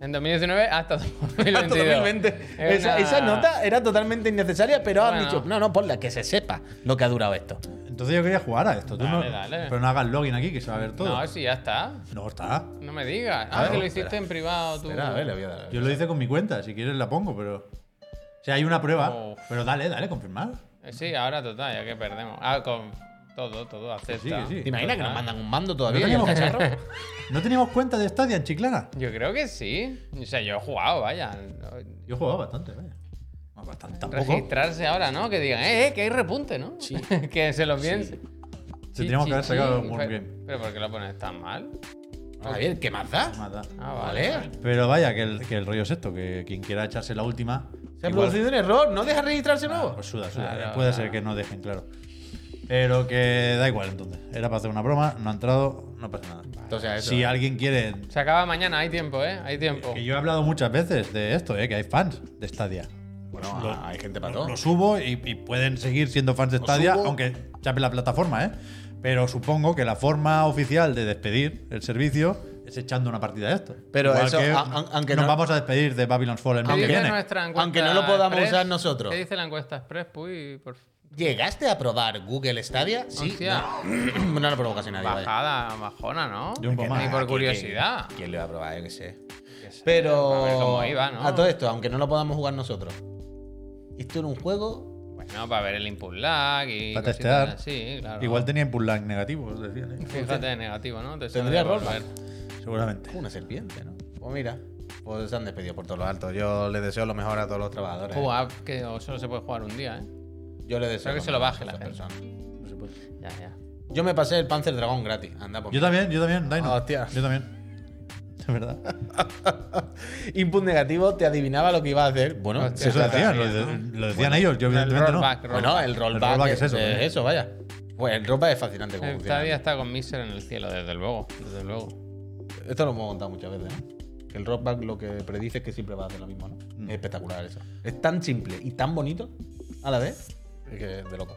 B: En 2019 hasta (laughs) 2022.
A: Hasta 2020.
B: Es
A: Esa,
B: una-
A: esa nota era totalmente innecesaria, pero han
B: Bueno.
A: dicho, no, no, ponla, que se sepa lo que ha durado esto.
C: Entonces yo quería jugar a esto. Tú
B: Dale,
C: no-
B: dale.
C: Pero no hagas login aquí, que se va a ver todo.
B: No, sí, ya está.
C: No, está.
B: No me digas.
A: Claro,
B: Ah, que lo hiciste
A: espera.
B: en privado tú.
A: Espera, a ver, le voy a dar.
C: Yo lo hice con mi cuenta, si quieres la pongo, pero. O sea, hay una prueba.
B: Oh.
C: Pero dale, dale, confirmar.
B: Eh, Sí, ahora total, ya que perdemos. Ah, con todo, todo, acepta.
C: que sí.
A: ¿Te imaginas que nos mandan un mando
C: No
A: todavía? y el
C: teníamos,
A: cacharro?
C: no teníamos cuenta de Stadia en Chiclana.
B: Yo creo que sí. O sea, yo he jugado, vaya.
C: Yo jugaba bastante, vaya. Bueno, Bastante, tampoco.
B: Registrarse ahora, ¿no? Que digan, eh, eh, que hay repunte, ¿no?
A: Sí.
B: (laughs) que se los piense.
C: Se teníamos que haber sacado un buen
B: pero,
C: game.
B: pero ¿por qué lo pones tan mal?
A: A ver, ¿qué más da?
C: Mata.
B: Ah, vale.
A: Vale.
C: Pero vaya, que el, que el rollo es esto, que quien quiera echarse la última.
A: Se ha
C: igual-
A: producido un error, no deja registrarse nuevo.
C: Pues suda, suda.
B: Claro,
C: Puede
B: claro.
C: ser que no dejen, claro. Pero que da igual entonces. Era para hacer una broma, no ha entrado, no pasa nada.
A: Entonces, eso. ¿eh? Oh.
C: si alguien quiere.
B: Se acaba mañana, hay tiempo, ¿eh? Hay tiempo.
C: Que yo he hablado muchas veces de esto, eh, que hay fans de Stadia.
A: Bueno,
C: Lo-
A: hay gente para
C: Lo,
A: todo.
C: lo subo y, y pueden seguir siendo fans de Stadia,
A: subo.
C: aunque chape la plataforma, ¿eh? Pero supongo que la forma oficial de despedir el servicio es echando una partida de esto.
A: Pero
C: Igual
A: eso,
C: que
A: a- a- aunque
C: nos
A: no-
C: vamos a despedir de Babylon's Fall el mes
B: ¿Qué
C: que
B: dice
C: viene.
B: nuestra encuesta
A: Aunque no lo podamos
B: express?
A: usar nosotros.
B: ¿Qué dice la encuesta Express? Puy, por
A: ¿Llegaste a probar Google Stadia? Sí.
B: Hostia.
A: No, (clears throat) no lo probó casi nadie. vaya.
B: bajada, bajona, ¿no?
C: Yo un poco
B: Ni
C: más.
B: por
A: Aquí,
B: curiosidad.
A: ¿Quién lo va a probar? Yo qué sé.
B: Que se- A
A: Pero.
B: ver cómo iba, ¿no?
A: a todo esto, aunque no lo podamos jugar nosotros. Esto era un juego.
B: Bueno, para ver el input lag y.
C: Para
B: cositas
C: testear.
B: así, claro.
C: Igual tenía input lag negativo, os decían, ¿eh?
B: Fíjate, negativo, ¿no? Te suele
A: Tendría
B: devolver.
C: Seguramente.
A: Una serpiente, ¿no? Pues mira. Pues se han despedido por todos los altos. Yo les deseo lo mejor a todos los trabajadores.
B: Jugar, que solo se puede jugar un día, ¿eh?
A: Yo les deseo.
B: Creo que se lo
A: mejor a
B: baje
A: esas
B: la gente.
A: personas.
B: Ya, ya.
A: Yo me pasé el Panzer Dragón gratis. Anda, pues. por
C: Yo también, yo también, Dino.
A: Ah, hostia.
C: Yo también. (laughs) Es verdad.
A: Input negativo, te adivinaba lo que iba a hacer. Bueno,
B: Hostia,
A: se
C: Eso
A: trata-
C: decían, lo, de- lo decían ellos, yo
B: El
C: evidentemente no.
B: rollback, rollback.
A: Bueno, el rollback,
C: rollback
A: es,
C: es
A: eso,
C: eso, ¿eh?
A: eso, vaya. Pues el rollback es fascinante. Como
B: Esta
A: funciona.
B: día está con Miser en el cielo, desde luego. Desde luego.
A: Esto lo hemos contado muchas veces. ¿no? Que el rollback lo que predice es que siempre va a hacer lo mismo, ¿no?
C: Mm.
A: Es espectacular eso. Es tan simple y tan bonito a la vez es que es de loco.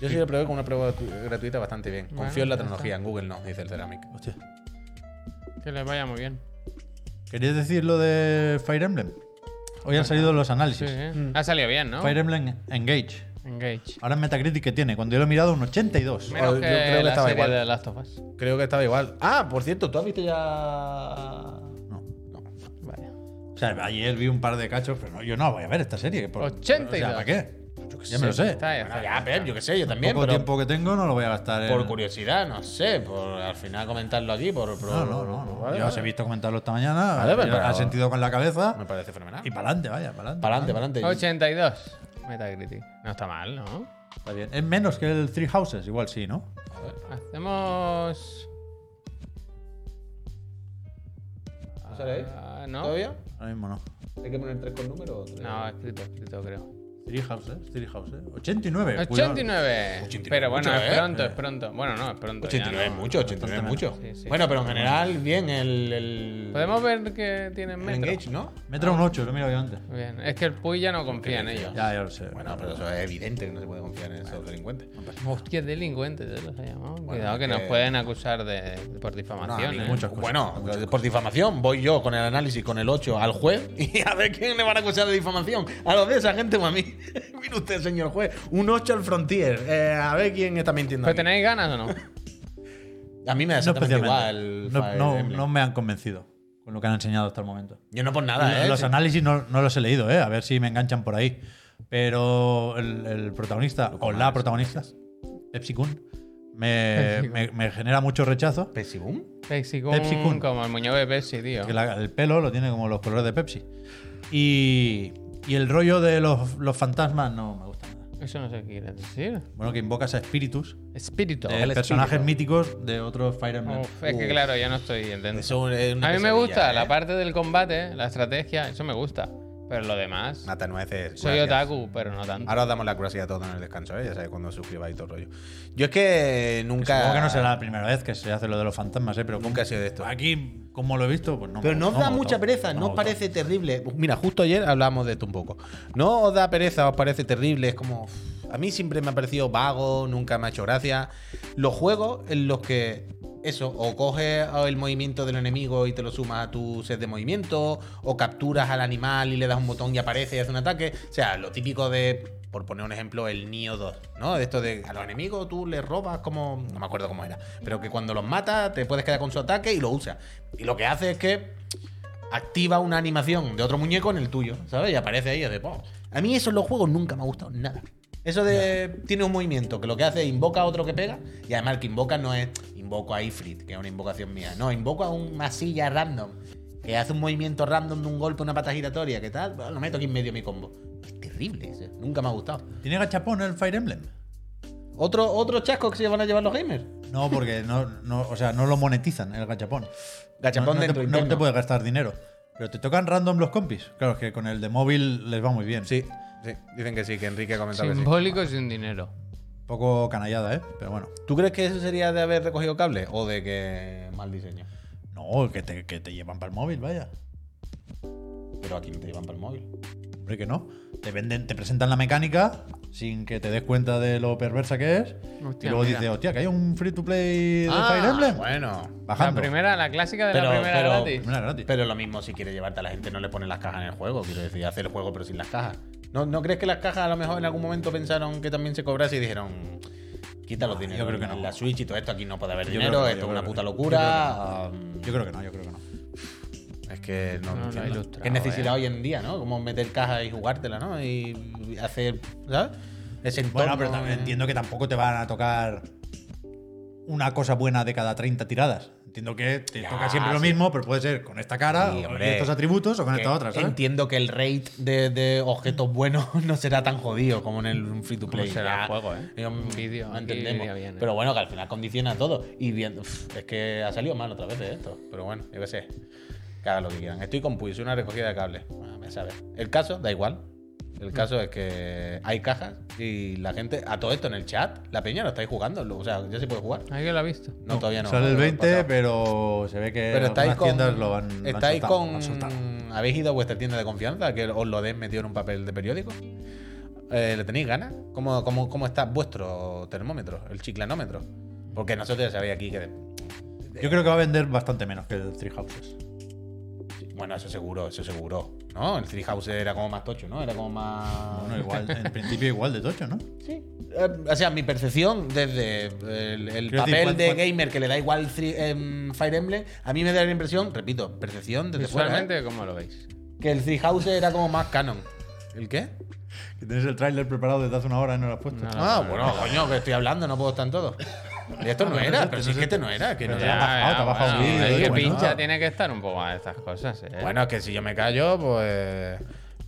A: Yo sí lo probé con una prueba gratu- gratuita bastante bien. Confío
B: Bueno,
A: en la
B: ya
A: tecnología, en Google no, dice el Ceramic.
C: Hostia.
B: Que les vaya muy bien.
C: ¿Querías decir lo de Fire Emblem? Hoy han salido los
B: Sí,
C: análisis.
B: ¿eh? Ha salido bien, ¿no?
C: Fire Emblem Engage.
B: Engage.
C: Ahora en Metacritic que tiene, cuando yo lo he mirado, un 82.
B: Menos
A: yo
B: que
A: creo que
B: la
A: estaba
B: serie
A: igual.
B: de Last of Us.
A: Creo que estaba igual. Ah, por cierto, ¿tú has visto ya.?
C: No.
B: Vaya.
C: O sea, ayer vi un par de cachos, pero no, yo no voy a ver esta serie. por-
B: 82.
C: O sea, ¿para qué? Ya me lo sé.
B: Está, ya
A: Bueno,
B: está.
A: ya, Pep, yo qué sé, yo también.
C: Poco
A: pero
C: tiempo que tengo no lo voy a gastar en...
A: Por curiosidad, no sé. Por al final comentarlo aquí, por. por-
C: No, no, no. no.
A: Vale,
C: yo os
A: vale.
C: he visto comentarlo esta mañana.
A: Vale, pero-
C: Ha sentido con la cabeza.
A: Me parece fenomenal.
C: Y para adelante, vaya, para adelante.
A: Para adelante, para adelante.
B: 82. Metacritic. No está mal, ¿no?
C: Está bien. Es menos que el Three Houses, igual sí, ¿no?
B: Hacemos.
A: ¿No sale ahí?
B: Ah, ¿No?
A: ¿Todavía?
C: Ahora mismo no.
A: ¿Hay que poner tres con número o tres?
B: No, escrito, escrito, creo.
C: Three Houses, Three Houses. 89.
B: 89.
A: 89,
B: Pero bueno,
A: mucho,
B: es
A: ¿eh?
B: pronto, es pronto. Bueno, no, es pronto. ya
A: 89 es
B: no.
A: mucho, 89 es mucho.
B: Sí, sí.
A: Bueno, pero en general, bien el. el
B: Podemos ver que tienen
A: el
B: metro.
A: Engage, ¿no?
C: Metro un 8, lo he mirado yo antes.
B: Bien, es que el Puy ya no confía en ellos.
C: Ya, ya lo sé.
A: Bueno, pues pero eso es evidente que no se puede confiar en esos delincuentes.
B: Hostia, delincuentes se los ha llamado. Cuidado que
A: es
B: nos
A: que-
B: pueden acusar de, por
A: No, a
B: difamación.
A: mí
B: ¿eh?
A: muchas cosas. bueno, por difamación, voy yo con el análisis, con el 8 al juez (laughs) y a ver quién le van a acusar de difamación. A los de esa gente o a mí. (laughs) Mire usted, señor juez, un 8 al Frontier. Eh, a ver quién está mintiendo.
B: ¿Pero
A: aquí.
B: tenéis ganas o no?
A: A mí me da
C: No
A: exactamente
C: especialmente.
A: igual.
C: No,
A: Fire
C: no-
A: Emblem.
C: no me han convencido con lo que han enseñado hasta el momento.
A: Yo no por nada, ¿eh?
C: los
A: Sí.
C: análisis no, no los he leído, ¿eh? A ver si me enganchan por ahí. Pero el, el protagonista, o la protagonista, Pepsi Kun,
A: (laughs)
C: me, me- me genera mucho rechazo.
A: ¿Pesibum?
B: Pepsi
C: Pepsi Kun.
B: como el muñeco de Pepsi, tío.
C: Que la- el pelo lo tiene como los colores de Pepsi. Y, y el rollo de los, los fantasmas no me gusta nada.
B: Eso no sé qué quiere decir.
C: Bueno, que invocas a espíritus
B: Espíritu.
C: de
B: El
C: personajes míticos de otros Fire Emblem.
B: Uf, es que claro, ya no estoy entendiendo.
A: Eso es una
B: A mí me
A: pesadilla,
B: gusta
A: ¿eh?
B: la parte del combate, la estrategia, eso me gusta. Pero lo demás,
D: Mata nueces.
B: soy
D: gracias.
B: otaku, pero no tanto.
D: Ahora os damos la curiosidad a todos en el descanso, ¿eh? Ya sabéis, cuando os suscribáis y todo el rollo. Yo es que nunca.
C: Supongo que no será la primera vez que se hace lo de los fantasmas, ¿eh? pero como-
D: Nunca he sido de esto.
C: Aquí, como lo he visto, pues no. me
A: Pero no
C: gusta,
A: os da
C: me
A: mucha
C: gusta,
A: pereza,
C: me
A: no os
C: gusta.
A: parece terrible. Eh, pues Mira, justo ayer hablábamos de esto un poco. No os da pereza, os parece terrible, es como. uff, A mí siempre me ha parecido vago, nunca me ha hecho gracia. Los juegos en los que. Eso, o coges el movimiento del enemigo y te lo sumas a tu set de movimiento, o capturas al animal y le das un botón y aparece y hace un ataque. O sea, lo típico de, por poner un ejemplo, el Nioh 2, ¿no? De esto de a los enemigos tú les robas como. No me acuerdo cómo era, pero que cuando los matas te puedes quedar con su ataque y lo usas. Y lo que hace es que activa una animación de otro muñeco en el tuyo, ¿sabes? Y aparece ahí y es de "Pum". A mí eso en los juegos nunca me ha gustado nada. Eso de tiene un movimiento que lo que hace es invoca a otro que pega y además el que invoca no es invoco a Ifrit, que es una invocación mía, no, invoco a una silla random que hace un movimiento random de un golpe, una pata giratoria, ¿qué tal? Bueno, lo meto aquí en medio de mi combo. Es terrible eso, nunca me ha gustado.
C: ¿Tiene gachapón el Fire Emblem?
A: Otro otro chasco que se van a llevar los gamers.
C: No, porque no, no, o sea, no lo monetizan el gachapón.
A: Gachapón
C: no, no
A: dentro
C: te, no
A: interno.
C: te puedes gastar dinero. Pero te tocan random los compis. Claro, es que con el de móvil les va muy bien.
D: Sí, sí. Dicen que sí, que Enrique ha comentado que sí.
B: Simbólico y sin dinero.
C: Un poco canallada, ¿eh? Pero bueno.
A: ¿Tú crees que eso sería de haber recogido cable o de que mal diseño?
C: No, que te, que te llevan para el móvil, vaya.
A: Pero aquí no te llevan para el móvil.
C: Hombre, que no. Te venden, te presentan la mecánica sin que te des cuenta de lo perversa que es.
B: Hostia,
C: y luego
B: mira.
C: dices, hostia, que hay un free to play de
A: Ah,
C: Fire Emblem.
A: Bueno.
B: La
C: Bajando.
B: primera, la clásica de
A: Pero-
B: la primera
A: pero-
B: gratis.
C: Primera gratis.
A: Pero lo mismo si quieres llevarte a la gente, no le pones las cajas en el juego. Quiero decir, hacer el juego pero sin las cajas. ¿No, ¿No crees que las cajas a lo mejor en algún momento pensaron que también se cobrase y dijeron, quita los
C: No,
A: dineros
C: Ah, yo creo que
A: en
C: no.
A: la Switch y todo esto? Aquí no puede haber
C: Yo
A: dinero,
C: creo que no, yo
A: esto es una
C: creo
A: puta
C: que no.
A: locura. um,
C: Yo creo que no, yo creo que no.
A: es que no,
B: No,
A: no
B: no,
A: entiendo.
B: ilustrado,
A: Qué necesidad
B: eh.
A: hoy en día, ¿no? Como meter cajas y jugártela, ¿no? Y hacer, ¿sabes? Ese
C: Bueno,
A: entorno,
C: pero también
A: eh.
C: entiendo que tampoco te van a tocar una cosa buena de cada 30 tiradas. Entiendo que te
A: Ya,
C: toca siempre lo
A: sí.
C: mismo, pero puede ser con esta cara,
A: Sí,
C: o con
A: hombre.
C: estos atributos o con
A: Que
C: esta otra, ¿sabes?
A: Entiendo que el rate de, de objetos buenos (laughs) no será tan jodido como en el free to play.
B: Como será el juego, ¿eh?
A: Un
B: Vídeo, aquí
A: entendemos.
B: iría bien, ¿eh?
A: Pero bueno, que al final condiciona todo. Y bien, uf, es que ha salido mal otra vez de esto. Pero bueno, yo qué sé. Que hagan lo que quieran. Estoy con Puy, soy una recogida de cables. Bueno, me sabe. El caso, da igual. El caso es que hay cajas y la gente, a todo esto en el chat, la peña lo estáis jugando. lo- O sea, ya se puede jugar.
B: ¿Alguien lo ha visto?
A: No, todavía no.
C: Sale el
A: no lo he
C: 20,
A: pasado.
C: pero se ve que
A: Pero estáis
C: algunas
A: con.
C: tiendas lo van, lo han
A: estáis
C: soltado, lo han soltado.
A: con. ¿Habéis ido a vuestra tienda de confianza? Que os lo den metido en un papel de periódico. Eh, ¿Le tenéis ganas? ¿Cómo, cómo, cómo está vuestro termómetro? El chiclanómetro. Porque nosotros ya sabéis aquí que.
C: Yo creo que va a vender bastante menos que el Three Houses.
A: Bueno, eso seguro, eso seguro. ¿No? El Three House era como más tocho, ¿no? Era como más.
C: Bueno, igual, (laughs) en principio igual de tocho, ¿no?
A: Sí. Eh, o sea, mi percepción desde el, el
C: Quiero decir,
A: papel
C: ¿cuál-
A: de
C: cuál-
A: gamer que le da igual Three- em, Fire Emblem, a mí me da la impresión, repito, percepción desde fuera, ¿eh?
B: Visualmente, ¿cómo lo veis?
A: que el Three House era como más canon. ¿El qué?
C: Que tenés el tráiler preparado desde hace una hora y no lo has puesto.
B: No.
A: Ah, bueno, coño, que estoy hablando, no puedo estar en todo. Y esto (laughs) no era, pero si es que este no era. Que no
C: Pero
A: era.
C: ha bajado, te ha bajado un vídeo,
B: es que
C: bueno.
B: pincha tiene que estar un poco a estas cosas, ¿eh?
A: Bueno, es que si yo me callo, pues.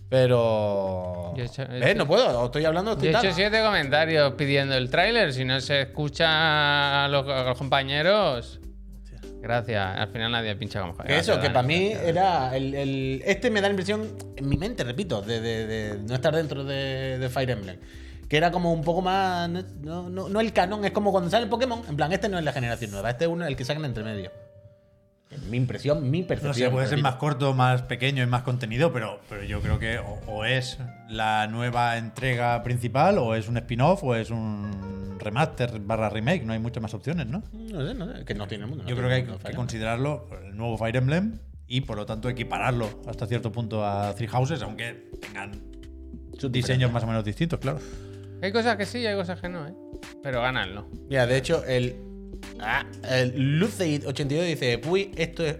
A: Pero.
B: Yo he hecho- he
A: ¿Ves?
B: hecho-
A: No puedo, o estoy hablando, o
B: Yo
A: estoy
B: he
A: tal.
B: hecho siete comentarios pidiendo el tráiler. Si no se escucha a los, a los compañeros. Gracias. Al final nadie pincha como
A: Que eso, que para mí era. El, el- este me da la impresión, en mi mente, repito, de, de- de no estar dentro de, de Fire Emblem. Que era como un poco más. No, no, no el canon, es como cuando sale el Pokémon. En plan, este no es la generación nueva, este es uno, el que sacan entre medio. Mi impresión, mi percepción.
C: No sé, puede ser
A: repito.
C: más corto, más pequeño y más contenido, pero, pero yo creo que o, o es la nueva entrega principal, o es un spin-off, o es un remaster barra remake. No hay muchas más opciones, ¿no?
A: No sé, no sé. Que no tiene mundo. no
C: Yo
A: tiene
C: creo que hay
A: mundo,
C: que
A: Fire Emblem.
C: considerarlo el nuevo Fire Emblem y por lo tanto equipararlo hasta cierto punto a Three Houses, aunque tengan
A: Su
C: diseños más o menos distintos, claro.
B: Hay cosas que sí y hay cosas que no, ¿eh? Pero ganarlo.
A: Mira, de hecho, el. Ah, el Lucid82 dice: Puy, esto es,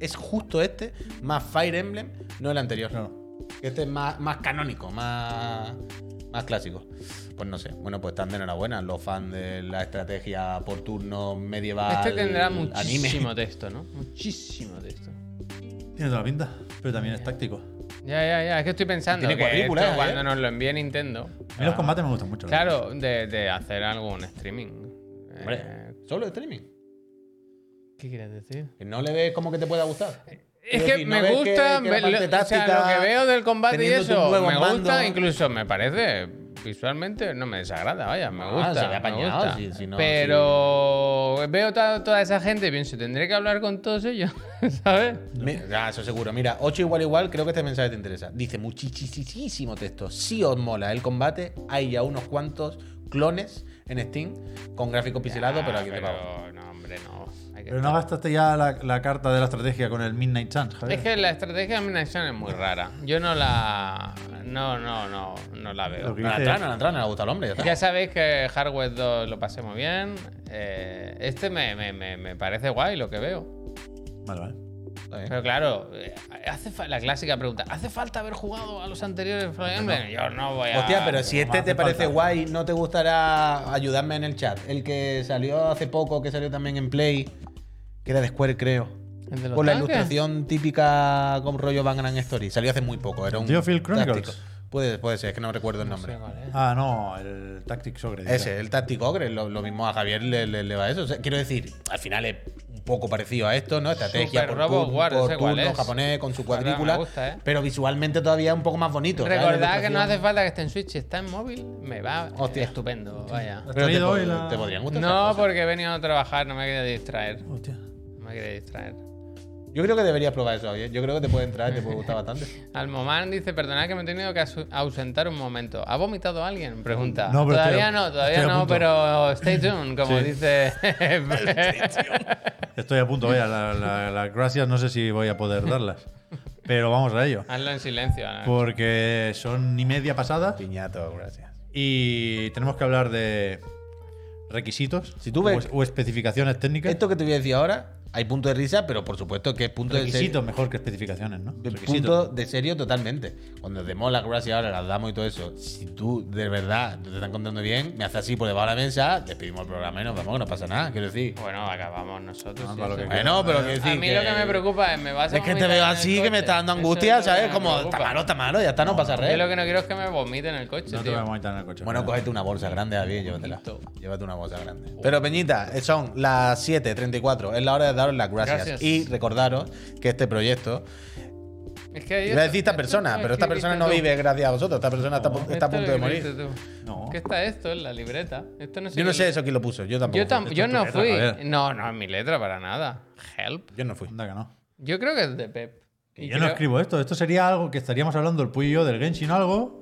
A: es justo este, más Fire Emblem, no el anterior.
C: Claro.
A: Este es más, más canónico, más, más clásico. Pues no sé. Bueno, pues están de enhorabuena los fans de la estrategia por turno medieval.
B: Este tendrá
A: Anime.
B: muchísimo texto, ¿no? Muchísimo texto.
C: Tiene toda la pinta, pero también es táctico.
B: Ya, ya, ya. Es que estoy pensando
A: Tiene
B: que
A: cuadrícula,
B: esto,
A: ¿eh?
B: cuando nos lo envíe Nintendo.
C: A mí los combates me gustan mucho. la verdad.
B: Claro, de, de hacer algún streaming. Eh,
A: Hombre, (laughs) solo streaming.
B: ¿Qué quieres decir?
A: Que no le ves como que te pueda gustar.
B: Es
A: Quiero
B: que
A: decir, no
B: me
A: ves
B: gusta,
A: que- que la
B: ver- lo,
A: parte
B: o sea,
A: táctica,
B: lo que veo del combate y
A: teniendo tus
B: eso, me
A: nuevos
B: gusta,
A: mandos.
B: incluso me parece, visualmente no me desagrada, vaya, me
A: Ah,
B: gusta.
A: se ve apañado,
B: me gusta.
A: si- si no,
B: Pero veo ta- toda esa gente y pienso, tendré que hablar con todos ellos, (laughs) ¿sabes?
A: Mi- ah, eso seguro. Mira, 8 igual igual, creo que este mensaje te interesa. Dice muchísimo texto. Si os mola el combate, hay ya unos cuantos clones en Steam con gráficos pixelados,
B: Ah,
A: pero aquí te pago.
B: pero No, hombre, no. Hay que-
C: Pero no gastaste ya la, la carta de la estrategia con el Midnight Sun, Javier.
B: Es que la estrategia de Mination es muy rara. Yo no la. No, no, no, no la veo.
C: Lo que
A: No la
C: dice-
A: entrana, no la entrana, le gusta al hombre. Ya está.
B: Ya sabéis que Hardware 2 lo pasé muy bien. Eh, este me, me- me- me parece guay lo que veo.
C: Vale, vale.
A: Está bien.
B: Pero claro, eh, hace fa- la clásica pregunta: ¿hace falta haber jugado a los anteriores Fire Emblem? Yo no voy a.
A: Hostia, pero si
C: no me
A: este
C: hace
A: te parece
C: falta.
A: guay, ¿no te gustará ayudarme en el chat? El que salió hace poco, que salió también en Play, que era de Square, creo.
B: ¿El de los
A: Con la
B: tanques?
A: ilustración típica con rollo Bang Story. Salió hace muy poco, era un.
C: Theophil Chronicles.
A: táctico. Puede, puede ser, es que no recuerdo el
B: No
A: nombre.
B: sé cuál es.
C: Ah, no, el Tactics Ogre. dice.
A: Ese, el táctico ogre, lo, lo mismo a Javier le, le- le va eso. O sea, quiero decir, al final es un poco parecido a esto, ¿no? Estrategia
B: Super
A: por,
B: Robot
A: turno-
B: Wars,
A: por
B: ese cuál
A: turno
B: es.
A: japonés con su
B: Ahora me
A: cuadrícula,
B: gusta, ¿eh?
A: pero visualmente todavía un poco más bonito. ¿sabes? La
B: Recordad que no hace
A: ilustración-
B: falta que esté en Switch, si está en móvil, me va
A: Hostia.
B: estupendo.
C: (laughs)
B: Vaya.
C: falta-
A: Pero te,
C: Traído hoy
A: po-
C: la-
A: te podrían gustar. esas
B: No,
A: cosas.
B: porque he venido a trabajar, no me quería distraer.
C: Hostia.
B: No me quería distraer.
A: Yo creo que deberías probar eso, Javier. Yo creo que te puede entrar y te puede gustar
B: (laughs)
A: bastante.
B: Almomán dice, perdonad que me he tenido que asu- ausentar un momento. ¿Ha vomitado alguien? Pregunta.
C: No, pero
B: todavía
C: estoy a-
B: no, todavía
C: estoy a
B: no,
C: punto.
B: pero stay tuned, como
C: Sí. (laughs)
B: dice. (laughs)
C: Estoy a punto, vaya, la- la- las gracias no sé si voy a poder darlas. Pero vamos a ello.
B: Hazlo en silencio. ¿eh? ¿no?
C: Pues- Porque son y media pasada
A: Piñato, gracias.
C: y tenemos que hablar de requisitos
A: Si tú ves-
C: o, o especificaciones técnicas.
A: Esto que te voy a decir ahora, hay punto de risa, pero por supuesto que es punto de serio.
C: requisitos mejor que especificaciones, ¿no?
A: de
C: Requisitos.
A: punto de serio totalmente. Cuando demos las gracias ahora, las damos y todo eso. Si tú de verdad no te están contando bien, me haces así por debajo de la mesa, despedimos el programa y nos vamos, que no pasa nada. Quiero decir.
B: Bueno, acabamos nosotros.
C: Ah,
B: sí,
C: para lo
B: sí.
C: que quieras.
A: Bueno, pero quiero decir.
B: a mí lo que me preocupa es me vas a
A: Es que te
B: vomitar
A: veo
B: en el
A: así, que me
B: coche.
A: está dando
B: Eso
A: angustia,
B: es lo que
A: ¿sabes?
B: me
A: Como,
B: preocupa.
A: está malo, está malo, ya está, no pasa
B: Yo lo
A: red.
B: que no quiero es que me vomiten en el coche,
C: No te
B: tío.
C: voy a vomitar en el coche.
A: Bueno, cógete una bolsa grande, David, llévatela. Llévate una bolsa grande. Pero Peñita, eh, son las 7.34, es la hora de daros las gracias.
B: Gracias.
A: Y recordaros que este proyecto,
B: Es que hay
A: iba a
B: esto-
A: decir esta
B: esto
A: persona,
B: lo
A: pero esta
B: escribiste
A: persona no
B: tú.
A: vive gracias a vosotros, esta persona está, a pu- está a
B: Esto
A: punto
B: lo
A: de morir.
B: escribiste tú.
C: No.
B: ¿Qué está esto en la libreta? Esto no sé
A: Yo no
B: qué-
A: sé eso quién lo puso, yo tampoco.
B: Yo, tam-
C: Esto
B: yo
C: es tu
B: no
C: letra,
B: fui.
C: Javier.
B: No, no es mi letra para nada. Help.
A: Yo no fui.
C: Anda que no.
B: Yo creo que es de Pep.
C: Que
B: Y
C: yo no
B: creo-
C: escribo esto. Esto sería algo que estaríamos hablando el Puy y yo del Genshin o algo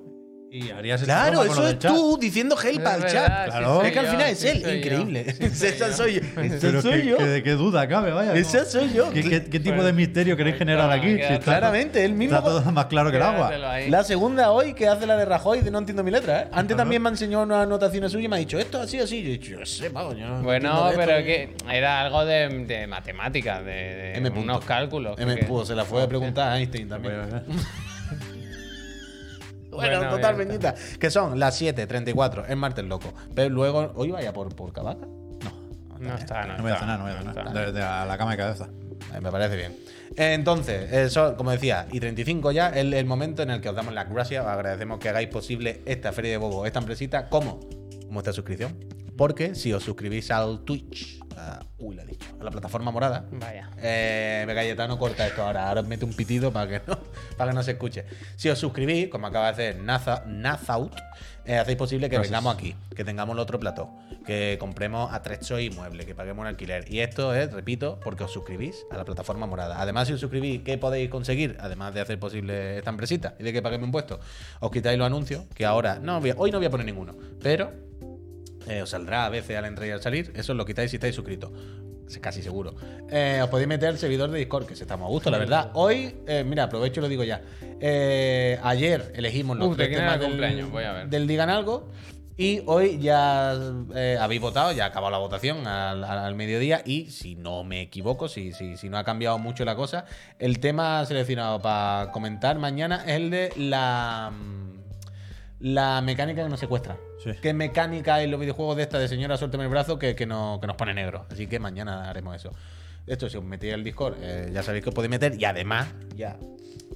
C: y harías esta broma
A: Claro,
C: con lo
A: eso
C: del
A: es
C: chat.
A: tú diciendo help al
B: verdad,
A: chat.
B: sí
C: Claro.
B: soy
A: Es que al
B: yo,
A: final es
B: sí
A: él,
B: soy yo,
A: increíble.
B: sí
A: (laughs)
B: soy
A: Esa
B: yo.
A: soy yo.
C: Pero
A: Esa
C: qué-
A: soy yo.
C: qué- ¿De qué duda cabe? Vaya.
A: Esa soy yo. Pues,
C: ¿Qué, qué- qué tipo de misterio queréis generar aquí?
B: Queda
C: Si está-
A: Claramente, él mismo.
C: Está todo más claro que el agua.
B: Quédatelo ahí.
A: La segunda hoy que hace la de Rajoy, de no entiendo mi letra. ¿eh? Antes también me enseñó una anotación suya y me ha dicho esto así, así. Yo he dicho, yo sé, vago, yo no entiendo
B: Bueno,
A: de
B: pero
A: esto.
B: que era algo de, de matemáticas, de, de
A: M. punto.
B: unos cálculos.
A: M.
B: que-
A: Eh, pudo, se la fue a preguntar a Einstein también.
C: Vaya, vaya.
A: (laughs) Bueno,
B: ¿eh? Bueno,
A: total,
B: bien.
A: Peñita. Que son las 7.34, es martes loco. Pero luego, hoy vaya por, por Cabaca.
B: No está, no,
C: No voy a
B: está,
C: cenar, no voy a cenar.
B: está.
C: De, de a la cama de cabeza.
A: Eh, Me parece bien. Entonces, eso, como decía, y 35 ya, es el momento en el que os damos las gracias. Os agradecemos que hagáis posible esta feria de bobo, esta empresita, como como esta suscripción. Porque si os suscribís al Twitch, a- uy, lo he dicho, a la plataforma morada,
B: Vaya.
A: eh, Cayetano corta esto ahora. Ahora os mete un pitido para que no, (laughs) para que no se escuche. Si os suscribís, como acaba de hacer Naza, Nazaut, eh, hacéis posible que vengamos aquí, que tengamos el otro plató, que compremos atrechos y muebles, que paguemos un alquiler. Y esto es, repito, porque os suscribís a la plataforma morada. Además, si os suscribís, ¿qué podéis conseguir? Además de hacer posible esta empresita y de que paguemos impuestos, os quitáis los anuncios, que ahora, no, voy a- hoy no voy a poner ninguno, pero eh, os saldrá a veces al entrar y al salir. Eso lo quitáis si estáis suscritos. Se- Casi seguro. Eh, os podéis meter al servidor de Discord, que se estamos a gusto, la verdad. Hoy, eh, mira, aprovecho y lo digo ya. Eh, ayer elegimos los
B: Uf,
A: tres
B: ¿de quién era
A: temas
B: el
A: este del,
B: cumpleaños? Voy a ver.
A: del Digan Algo. Y hoy ya eh, habéis votado, ya ha acabado la votación al, al- al mediodía. Y si no me equivoco, si, si, si no ha cambiado mucho la cosa, el tema seleccionado para comentar mañana es el de la. mm, la mecánica que nos secuestra.
C: Sí.
A: ¿Qué mecánica hay en los videojuegos de esta de señora suéltame el brazo que, que no- que nos pone negro? Así que mañana haremos eso. Esto, si os metéis al Discord, eh, ya sabéis que os podéis meter. Y además, ya,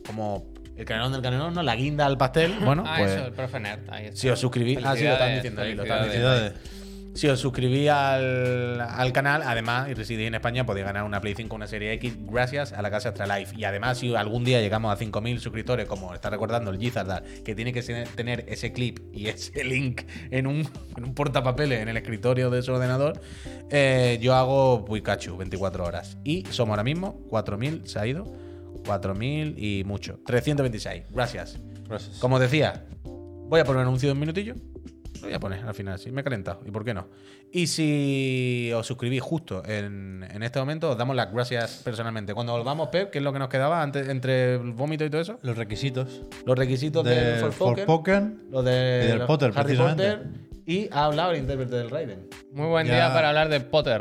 A: como el canelón del canelón, ¿no? La guinda al pastel. Bueno,
B: Ah,
A: pues.
B: eso, el profe Nerd. Ahí está.
A: Si os suscribís. Ah, sí, lo están diciendo ahí, lo están
B: felicidades.
A: diciendo ahí. Si os suscribís al, al canal, además, y residís en España, podéis ganar una Play 5 una Serie X gracias a la casa Astralife. Y además, si algún día llegamos a 5.000 suscriptores, como está recordando el Gizardar, que tiene que ser- tener ese clip y ese link en un, en un portapapeles en el escritorio de su ordenador, eh, yo hago Pikachu 24 horas. Y somos ahora mismo 4.000, se ha ido, 4.000 y mucho. 326, gracias.
C: Pues,
D: Gracias.
A: Como decía, voy a poner un anuncio de un minutillo. Lo voy a poner al final, sí. Me he calentado. ¿Y por qué no? Y si os suscribís justo en, en este momento, os damos las gracias personalmente. Cuando volvamos, Pep, que es lo que nos quedaba antes, entre el vómito y todo eso,
C: Los requisitos
A: los requisitos
C: de
A: del Forpoken,
C: Forpoken.
A: los de
C: y del
A: los
C: Potter,
A: Harry
C: precisamente.
A: Potter, y ha hablado el intérprete del Raiden.
B: Muy buen
C: Ya.
B: día para hablar de Potter.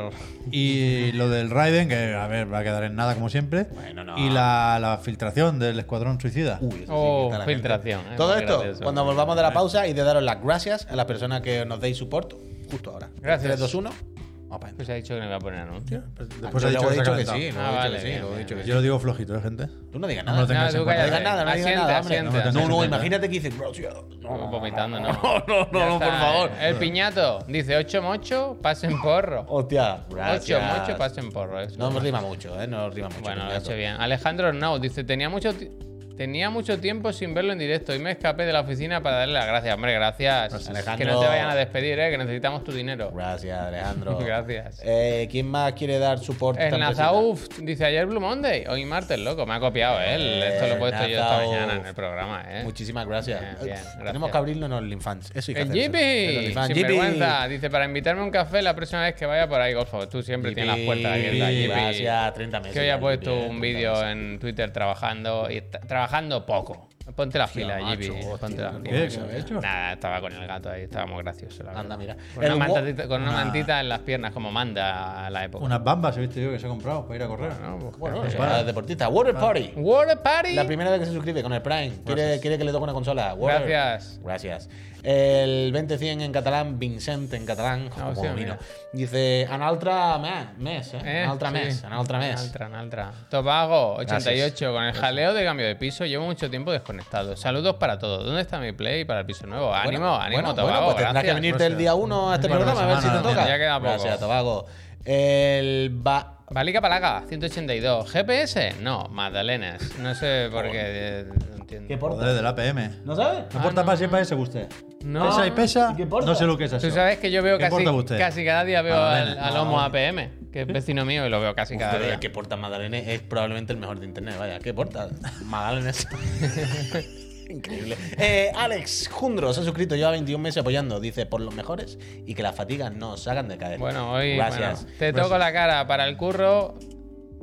C: Y lo del Raiden, que a ver, va a quedar en nada como siempre.
A: Bueno, no.
C: Y la, la filtración del Escuadrón Suicida.
A: Uy, eso sí que
B: Oh,
A: está la gente.
B: filtración, eh,
A: Todo
B: muy
A: esto,
B: gracioso.
A: cuando volvamos de la pausa y de daros las gracias a las personas que nos deis soporte justo ahora.
B: Gracias.
A: 3, 2, 1. Vamos para
B: Pues ha dicho que no iba a poner anuncio.
C: Después
A: Ah,
C: ha
A: yo
C: dicho
A: luego he dicho
C: que se ha
A: que
C: calentado.
B: Ah,
A: sí, luego he dicho
B: vale,
A: que sí,
B: bien,
A: luego he dicho que sí.
C: Yo lo digo flojito, ¿eh, gente?
A: Tú no digas
C: No
A: nada.
C: lo tengas
B: No,
C: en
B: tú
A: No
C: cuenta.
A: digas nada, no digas
B: Asiente,
A: nada, hombre.
B: asiente,
A: No, no,
C: asiente.
A: imagínate que dices, bro, tío, no,
B: Vomitando, no.
A: (laughs) no, no,
B: Ya
A: no, por
B: está,
A: favor.
B: eh. El piñato dice 8 mocho, pasen porro.
A: Hostia,
B: 8
A: gracias.
B: mocho, pasen porro. eso.
A: No rima mucho, eh, no rima mucho.
B: Bueno, lo he
A: Piñato.
B: hecho bien. Alejandro Arnau dice, tenía mucho, ti- tenía mucho tiempo sin verlo en directo y me escapé de la oficina para darle las gracias. Hombre, gracias. Que no
A: Pues, Alejandro.
B: te vayan a despedir, eh, que necesitamos tu dinero.
A: Gracias, Alejandro.
B: (laughs) Gracias.
A: Eh, ¿Quién más quiere dar soporte? a esta
B: El
A: empresita?
B: Nazauf dice ayer Blue Monday, hoy martes, loco. Me ha copiado él.
A: Eh,
B: Esto lo he puesto yo esta
A: Nazauf.
B: mañana en el programa, eh.
A: Muchísimas gracias.
B: Bien, bien, gracias.
A: Tenemos que abrirlo en OnlyFans. Eso hay que
B: El
A: hacerlo. En
B: Jippy,
A: OnlyFans.
B: sin
A: Yipi.
B: vergüenza, dice para invitarme a un café la próxima vez que vaya por ahí, Golfo. Tú siempre tienes las puertas
A: Yipi,
B: abiertas, Jippy.
A: Gracias, 30 meses.
B: Que hoy ha
A: ya,
B: puesto
A: Yipi,
B: un
A: 30
B: vídeo
A: meses.
B: en Twitter trabajando y está- trabajando poco. Ponte las
A: Hostia,
B: pilas,
A: macho,
B: Jippy.
A: hostia,
B: Ponte las
A: ¿qué?
B: pilas.
C: ¿Qué has hecho?
B: Nada, estaba con el gato ahí, estaba muy gracioso. La verdad.
A: Anda, mira.
B: Con, una
A: El Ah. wo-
B: mantita, con una mantita en las piernas, como manda a la época.
C: Unas bambas, he visto yo, que se ha comprado para ir a correr.
B: ¿no? Pues, ¿qué
A: Bueno, es
B: haces?
A: para deportista. Water Party.
B: Water Party.
A: La primera vez que se suscribe con el Prime. Quiere, quiere que le toque una consola. Word.
B: Gracias.
A: Gracias. El 20-100 en catalán, Vincent en catalán.
B: Ah,
A: como
B: hostia,
A: vino.
B: mira.
A: Dice, an altra mes, mes, eh.
B: Eh,
A: An altra
B: sí.
A: mes, an altra mes.
B: Altra, en altra. Tobago, 88,
A: Gracias.
B: con el jaleo de cambio de piso, llevo mucho tiempo desconectado. Saludos para todos. ¿Dónde está mi play para el piso nuevo? ánimo,
A: Bueno,
B: ánimo,
A: bueno,
B: Tobago.
A: Bueno, pues tendrás que
B: gracias.
A: venirte el día 1 a este
C: Bueno,
A: programa a ver si te
C: semana,
A: toca.
B: ya queda poco.
A: Gracias, Tobago. El ba-
B: Valica Palaga, 182. ¿GPS? No, Magdalenas. No sé por qué. eh, No entiendo.
A: ¿Qué porta?
C: Joder, del APM.
A: ¿No sabes?
C: Ah, No porta para siempre ese guste.
B: No.
C: Pesa y pesa,
A: ¿Y qué porta?
C: no sé lo que es eso.
B: Tú sabes que yo veo
C: ¿Qué
B: casi,
C: porta usted?
B: casi cada día veo al,
C: Magdalena.
B: al Homo APM, que es vecino mío y lo veo casi cada
A: Pues, Pero
B: día.
A: el que porta Madalena es probablenes el mejor de internet, vaya, ¿qué porta? Madalena es. (laughs) Increíble. Eh, Alex Jundro se ha suscrito, lleva 21 meses apoyando. Dice, por los mejores y que las fatigas no os hagan decaer.
B: Bueno, hoy
A: Gracias.
B: bueno,
A: Pues-
B: te toco la cara para el curro.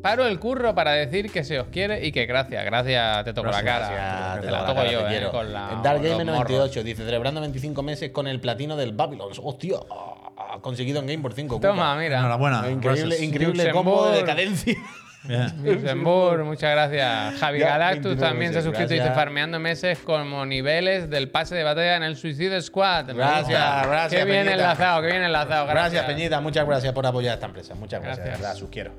B: Paro el curro para decir que se os quiere y que gracias, gracias, te toco la cara.
A: Gracias,
B: te,
A: te
B: la
A: toco
B: toco
A: cara,
B: yo,
A: te
B: eh,
A: quiero.
B: con la.
A: El Dark
B: con los
A: Gamer
B: morros.
A: 98 dice, celebrando 25 meses con el platino del Babylon. Hostia, ha conseguido en Game por 5.
B: Toma, Pues, mira.
C: Enhorabuena.
A: Increíble,
C: Gracias.
A: increíble combo de
B: Luxemburgo.
A: decadencia.
C: Bien.
B: Luxemburgo, muchas gracias. Javi
A: Ya,
B: Galactus
A: 29
B: también se ha
A: meses,
B: suscrito y dice
A: gracias.
B: farmeando meses como niveles del pase de batalla en el Suicide Squad. Me
A: Gracias,
B: gusta.
A: gracias,
B: Qué bien
A: Peñita.
B: enlazado, qué bien enlazado.
A: Gracias,
B: Gracias,
A: Peñita, muchas gracias por apoyar a esta empresa. Muchas gracias,
B: Gracias.
A: de verdad, sus quiero.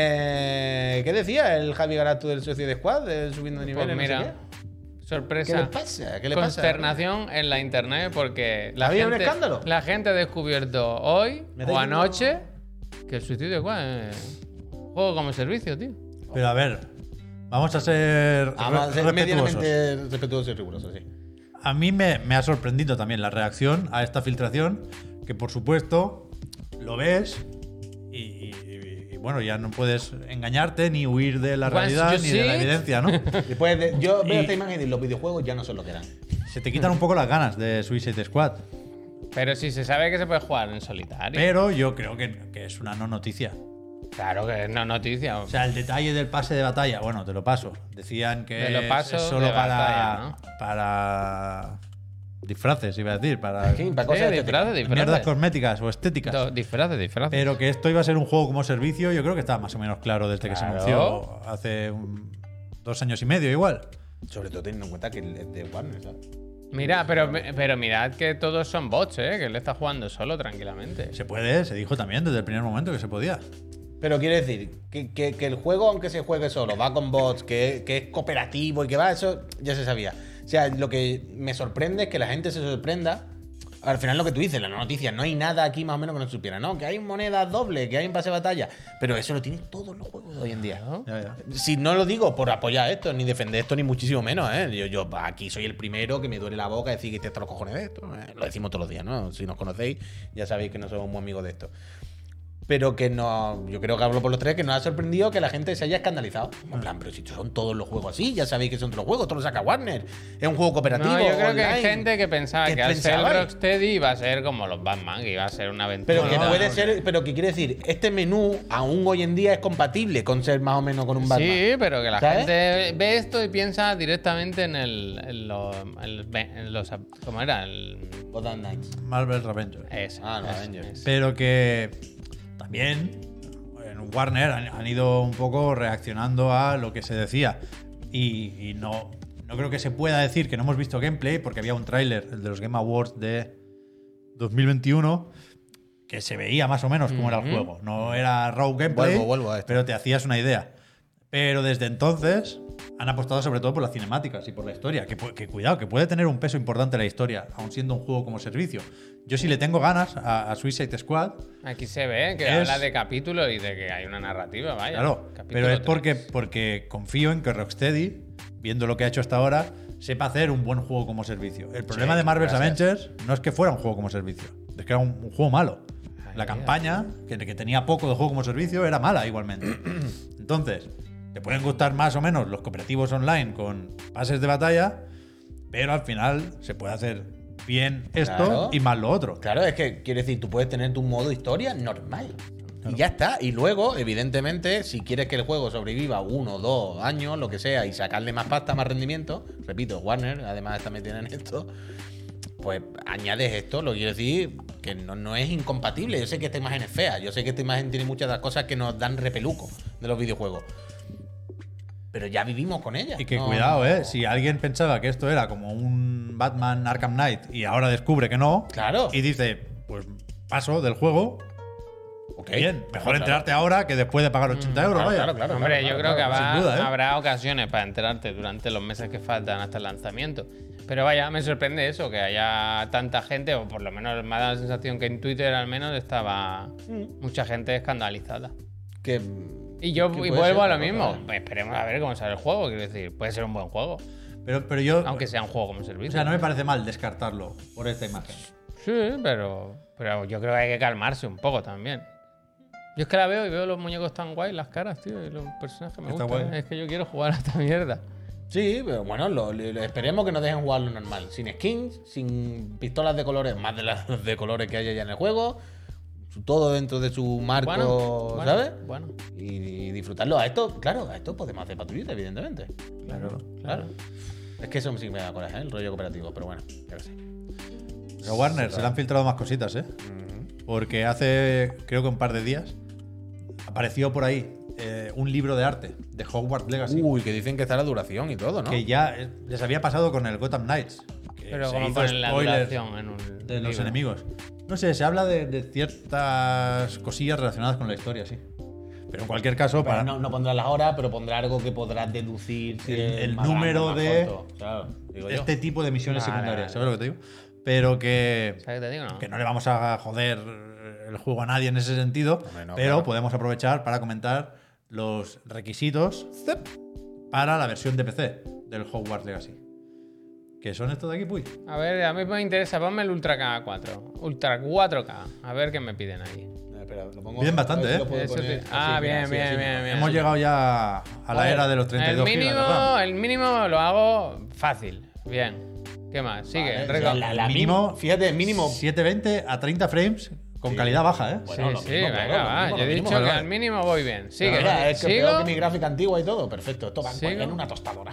A: Eh, ¿Qué decía el Javi Garatu del socio de Squad? de subiendo de nivel.
B: Pues
A: no sé
B: mira,
A: qué? ¿Qué le
B: sorpresa.
A: pasa? ¿Qué le pasa?
B: consternación en la internet porque la
A: ¿Había
B: gente,
A: un escándalo?
B: la gente ha descubierto hoy
A: ¿Me estáis
B: o
A: diciendo-
B: anoche que el suicidio cuál es juego como servicio, tío.
C: Pero a ver, vamos a ser
A: Vamos a
C: re-
A: ser
C: respetuosos.
A: Ah, medianamente respetuoso y riguroso, sí.
C: A mí me, me ha sorprendido también la reacción a esta filtración, que por supuesto lo ves y, y- y- y, bueno, ya no puedes engañarte ni huir de la
B: Once
C: realidad
B: you
C: ni de la
B: see it.
C: evidencia, (laughs) ¿no?
A: Después de- yo veo
C: Y-
A: esta imagen y los videojuegos ya no son lo que eran.
C: Se te quitan un poco las ganas de Suicide Squad.
B: Pero si se sabe que se puede jugar en solitario.
C: Pero yo creo que, que es una no noticia.
B: claro que no noticia.
C: O sea, el detalle del pase de batalla, bueno, te lo paso. Decían que
B: Te lo
C: es-
B: paso
C: es solo
B: de
C: para,
B: batalla, ¿no?
C: para disfraces, iba a decir, para
A: Sí, para
B: disfraz
A: cosas de este
B: disfraces,
C: mierdas
B: disfraces.
C: cosméticas o estéticas.
B: Do- Disfraces, disfraces.
A: Eh,
C: Pero que esto iba a ser un juego como servicio, yo creo que estaba más o menos claro desde que se
B: Claro.
C: anunció hace un- dos años y medio igual.
A: Sobre todo teniendo en cuenta que es de Warner, ¿sabes?
B: Mira,
A: eh,
B: pero, pero mirad que todos son bots, ¿eh? Que él está jugando solo tranquilamente.
C: Se puede, se dijo también desde el primer momento que se podía.
A: Pero quiere decir que, que- que el juego, aunque se juegue solo, va con bots, que, que es cooperativo y que va, eso ya se sabía. O sea, lo que me sorprende es que la gente se sorprenda. Al final lo que tú dices, las noticias, no hay nada aquí más o menos que no se supiera, ¿no? Que hay monedas dobles, que hay un pase de batalla. Pero eso lo tienen todos los juegos de hoy en día.
B: ¿no?
C: Ya, ya.
A: Si no lo digo por apoyar esto, ni defender esto, ni muchísimo menos, ¿eh? Yo, yo aquí soy el primero que me duele la boca decir que te está los cojones de esto. ¿eh? Lo decimos todos los días, ¿no? Si nos conocéis, ya sabéis que no somos muy amigos de esto. Pero que no, yo creo que hablo por los tres, que nos ha sorprendido que la gente se haya escandalizado. En plan, pero si son todos los juegos así, ya sabéis que son todos los juegos, todos los saca Warner. Es un juego cooperativo.
B: No, yo creo que hay
A: online.
B: gente que pensaba
A: ¿Qué
B: que al ser
A: pensabais?
B: Rocksteady iba a ser como los Batman, que iba a ser una aventura.
A: Pero que
C: No, no,
A: puede
C: no,
A: ser, pero que quiere decir, este menú aún hoy en día es compatible con ser más o menos con un Batman.
B: Sí, pero que la
A: ¿Sabes?
B: gente ve esto y piensa directamente en el. En lo- el- en los, ¿Cómo era? El,
A: Gotham Pues Knights.
C: Marvel Avengers.
B: ese,
A: Ah, los
B: ese,
A: Avengers.
B: ese.
C: Pero que también en Warner han, han ido un poco reaccionando a lo que se decía. Y, y no, no creo que se pueda decir que no hemos visto gameplay, porque había un tráiler, el de los Game Awards de 2021, que se veía más o menos cómo era el juego. No era raw gameplay,
A: Vuelvo, vuelvo a esto.
C: pero te hacías una idea. Pero desde entonces han apostado sobre todo por las cinemáticas y por la historia. Que, pu- que cuidado, que puede tener un peso importante la historia, aun siendo un juego como servicio. Yo sí le tengo ganas a, a Suicide Squad,
B: Aquí se ve eh, que
C: Es-
B: habla de capítulos y de que hay una narrativa, vaya.
C: claro,
B: Capítulo
C: pero es
B: tres.
C: porque, porque confío en que Rocksteady, viendo lo que ha hecho hasta ahora, sepa hacer un buen juego como servicio. El problema de Marvel's Avengers no es que fuera un juego como servicio, es que era un, un juego malo. La
B: Ay,
C: campaña, que, que tenía poco de juego como servicio, era
B: (clears throat)
C: mala igualmente. Entonces, te pueden gustar más o menos los cooperativos online con pases de batalla, pero al final se puede hacer bien esto
A: Claro.
C: y más lo otro.
A: Claro, es que quiere decir, tú puedes tener tu modo historia normal. Y ya está. Y luego, evidentemente, si quieres que el juego sobreviva uno, dos años, lo que sea, y sacarle más pasta, más rendimiento, repito, Warner, además también tienen esto, pues añades esto, lo que quiero decir, que no, no es incompatible. Yo sé que esta imagen es fea, yo sé que esta imagen tiene muchas de las cosas que nos dan repeluco de los videojuegos. Pero ya vivimos con ella.
C: Y que
A: No-
C: cuidado, ¿eh? Si alguien pensaba que esto era como un Batman Arkham Knight y ahora descubre que no,
A: Claro.
C: y dice, pues paso del juego,
A: Ok.
C: bien, mejor
A: Claro, Mm,
C: enterarte ahora que después de pagar 80 euros,
A: Claro,
C: vaya.
A: claro, claro.
B: Hombre, yo creo
C: claro,
B: que
C: sin
B: habrá-
C: duda, ¿eh?
B: habrá ocasiones para enterarte durante los meses que faltan hasta el lanzamiento. Pero vaya, me sorprende eso, que haya tanta gente, o por lo menos me ha dado la sensación que en Twitter al menos estaba
C: Mm.
B: mucha gente escandalizada.
A: Que,
B: Y yo
A: Que
B: y
A: puede
B: vuelvo a
A: ser
B: lo
A: una
B: mismo.
A: cosa, ¿eh?
B: Pues Esperemos a ver cómo sale el juego, quiero decir, puede ser un buen juego,
C: Pero, pero yo,
B: aunque sea un juego como
C: o
B: servicio.
C: sea, no me parece mal descartarlo por esta imagen.
B: Sí, pero, pero yo creo que hay que calmarse un poco también. Yo es que la veo y veo los muñecos tan guay, las caras, tío, y los personajes me
C: Está
B: gustan.
C: guay.
B: Es que yo quiero jugar a esta mierda.
A: Sí, pero bueno, lo- lo- lo- esperemos que nos dejen jugar lo normal. Sin skins, sin pistolas de colores, más de las (laughs) de colores que hay ya en el juego. su- Todo dentro de su marco,
B: bueno,
A: ¿sabes?
B: Bueno,
A: Y, y disfrutarlo. A esto, claro, a esto podemos hacer patrullitas, evidentemente.
C: Claro.
A: Claro. Es que eso sí me da coraje, ¿eh? el rollo cooperativo, pero bueno, ya lo sé.
C: Pero Warner, se le han filtrado más cositas, ¿eh?
A: Mm.
C: Porque hace, creo que un par de días, apareció por ahí eh, un libro de arte de Hogwarts Legacy.
A: Uy, que dicen que está la duración y todo, Uh, ¿no?
C: Que ya eh, les había pasado con el Gotham Knights. que
B: pero
C: se
B: como
C: hizo
B: ponen la
C: spoiler
B: duración en un.
C: de los
B: libro.
C: enemigos. No sé, se habla de, de ciertas cosillas relacionadas con la historia, sí. Pero en cualquier caso,
A: Pero
C: para,
A: no, no pondrá las horas, pero pondrá algo que podrás deducir si
C: El-
A: es
C: el
A: más grande,
C: número
A: más
C: de-
A: corto, claro, digo yo. Eh,
C: este tipo de misiones
B: Vale, vale.
C: secundarias, ¿sabes lo que te digo? Pero que,
B: ¿Sabes qué te digo? No.
C: que no le vamos a joder el juego a nadie en ese sentido,
A: no,
C: pero
A: claro.
C: podemos aprovechar para comentar los requisitos para la versión de PC del Hogwarts Legacy. ¿Qué son estos de aquí, Puy?
B: A ver, a mí me interesa, ponme el Ultra K4. Ultra 4K. A ver qué me piden ahí.
A: Eh, espera, lo pongo-
C: Bien bastante,
A: a ver si
C: ¿eh?
A: lo puedo
B: Eso te-
A: poner
B: Ah,
A: así, mira,
B: bien,
A: así,
B: bien,
A: así,
B: bien,
A: mira.
B: bien.
C: Hemos llegado ya a la
B: Joder,
C: era de los 32
B: el
C: gigas
B: mínimo,
C: de RAM.
B: El mínimo lo hago fácil. Bien. ¿Qué más? Sigue,
A: Vale,
B: Rico.
A: la- la
C: Mínimo-
A: mínimo, fíjate, mínimo
C: 720 a 30 frames con calidad baja, ¿eh?
A: Bueno,
B: sí,
A: lo
B: sí,
A: mismo,
B: venga,
A: claro, lo
B: va.
A: mismo,
B: Yo
A: lo
B: he dicho
A: mismo,
B: que
A: vale,
B: al mínimo voy bien. Sigue.
A: La verdad, es que
B: ¿Sigo?
A: peor que mi gráfica antigua y todo. Perfecto, esto va en
B: Sigo.
A: cualquier- en una tostadora.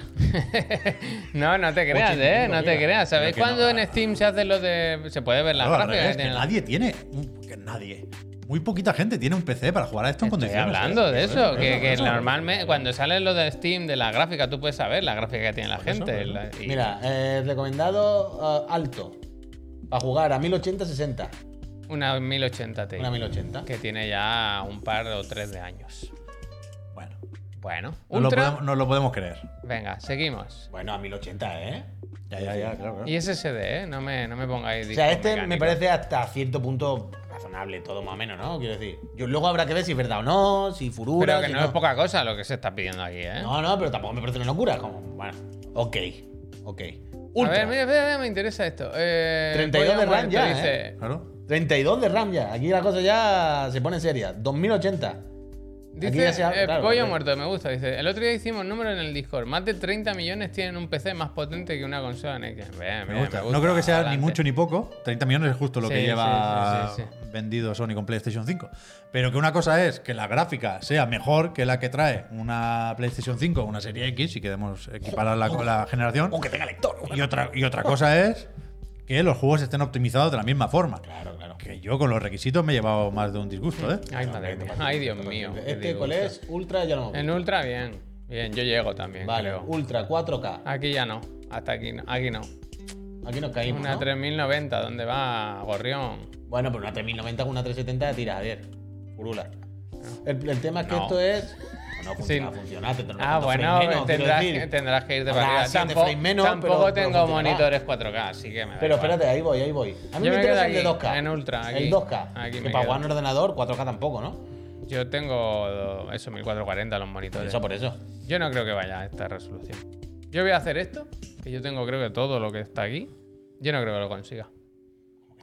B: No, no te creas,
A: 85
B: eh. No te
A: gigas.
B: creas. ¿Sabéis
C: Pero que no,
B: cuándo
C: no,
B: en Steam se hace lo de. Se puede ver la
C: Claro, al
B: gráfica que
C: revés, que
B: tiene la-
C: nadie tiene. un- Que nadie. muy poquita gente tiene un PC para jugar a esto en
B: Estoy
C: condiciones.
B: hablando
C: ¿eh?
B: de
C: Por
B: eso,
C: por
B: que,
C: por
B: que
C: eso.
B: normalmente cuando sale lo de Steam de la gráfica, tú puedes saber la gráfica que tiene la gente. la- y-
A: Mira, eh, recomendado eh, alto. Para jugar a 1080-60.
B: Una 1080 Ti.
A: Una 1080.
B: Que tiene ya un par o tres de años.
C: Bueno,
B: Bueno,
C: no lo,
B: Ultra.
C: podemos, no lo podemos creer.
B: Venga, seguimos.
A: Bueno, a 1080, ¿eh?
C: Ya, ya, ya, claro.
B: Y SSD, ¿eh? No me, no me pongáis.
A: O sea,
B: discos
A: este me
B: mecánicos.
A: parece hasta cierto punto razonable, todo más o menos, ¿no? Quiero decir. Yo, luego habrá que ver si es verdad o no, si furura.
B: Pero que
A: si
B: no, es poca cosa lo que se está pidiendo aquí, ¿eh?
A: No, no, pero tampoco me parece una locura. Como, bueno, ok, ok. Ultra.
B: A ver, mira, mira, mira, me interesa esto. Eh,
A: 32
B: voy a
A: de RAM
B: muerte,
A: ya, ¿eh?
B: dice.
C: Claro.
A: 32 de RAM ya. Aquí la cosa ya se pone seria. 2080. Aquí
B: Dice
A: ya se ha-
B: eh,
A: claro,
B: Pollo
A: claro.
B: Muerto, me gusta. Dice: El otro día hicimos números en el Discord. Más de 30 millones tienen un PC más potente que una consola Next Gen. Bien,
C: Me
B: bien,
C: gusta. No creo que sea
B: Adelante.
C: ni mucho ni poco. 30 millones es justo lo
B: Sí,
C: que
B: sí,
C: lleva
B: sí, sí, sí.
C: vendido Sony con PlayStation 5. Pero que una cosa es que la gráfica sea mejor que la que trae una PlayStation 5 o una serie X, si queremos equipararla con la generación.
A: O Oh, que tenga lector.
C: Y otra, y otra cosa es que los juegos estén optimizados de la misma forma.
A: Claro, claro.
C: Que yo con los requisitos me he llevado más de un disgusto, ¿eh?
B: Ay, madre mía. Ay, Dios mío. qué
A: Este, ¿cuál
B: disgusto.
A: es? Ultra ya no. me
B: En
A: gusta.
B: Ultra, bien. Bien, yo llego también,
A: Vale,
B: creo.
A: Ultra 4K.
B: Aquí ya no. Hasta aquí no. Aquí no.
A: Aquí nos caímos.
B: Una
A: ¿no?
B: 3090, ¿dónde va Gorrión?
A: Bueno, pero una 3090 con una 370 tira, Javier. Curula. El, el tema es que
B: Ah. No.
A: esto es. No funciona,
B: Sí.
A: funciona. Te tendrá
B: Ah,
A: cuatro
B: bueno,
A: frames menos, quiero
B: tendrás,
A: decir.
B: tendrás que ir de
A: Habrá
B: partida.
A: siete
B: Tampoco,
A: frames menos,
B: tampoco
A: pero- pero
B: tengo
A: funcionará.
B: monitores 4K, así que me da
A: Pero
B: igual.
A: espérate, ahí voy, ahí voy. A mí
B: Yo me
A: me,
B: quedo
A: interesa el de
B: aquí,
A: 2K.
B: en Ultra, aquí.
A: El 2K.
B: Aquí me
A: que
B: quedo.
A: para jugar en ordenador, 4K tampoco, ¿no?
B: Yo tengo eso, 1440 los
A: Por
B: monitores.
A: eso, por eso.
B: Yo no creo que vaya a esta resolución. Yo voy a hacer esto, que yo tengo creo que todo lo que está aquí. Yo no creo que lo consiga.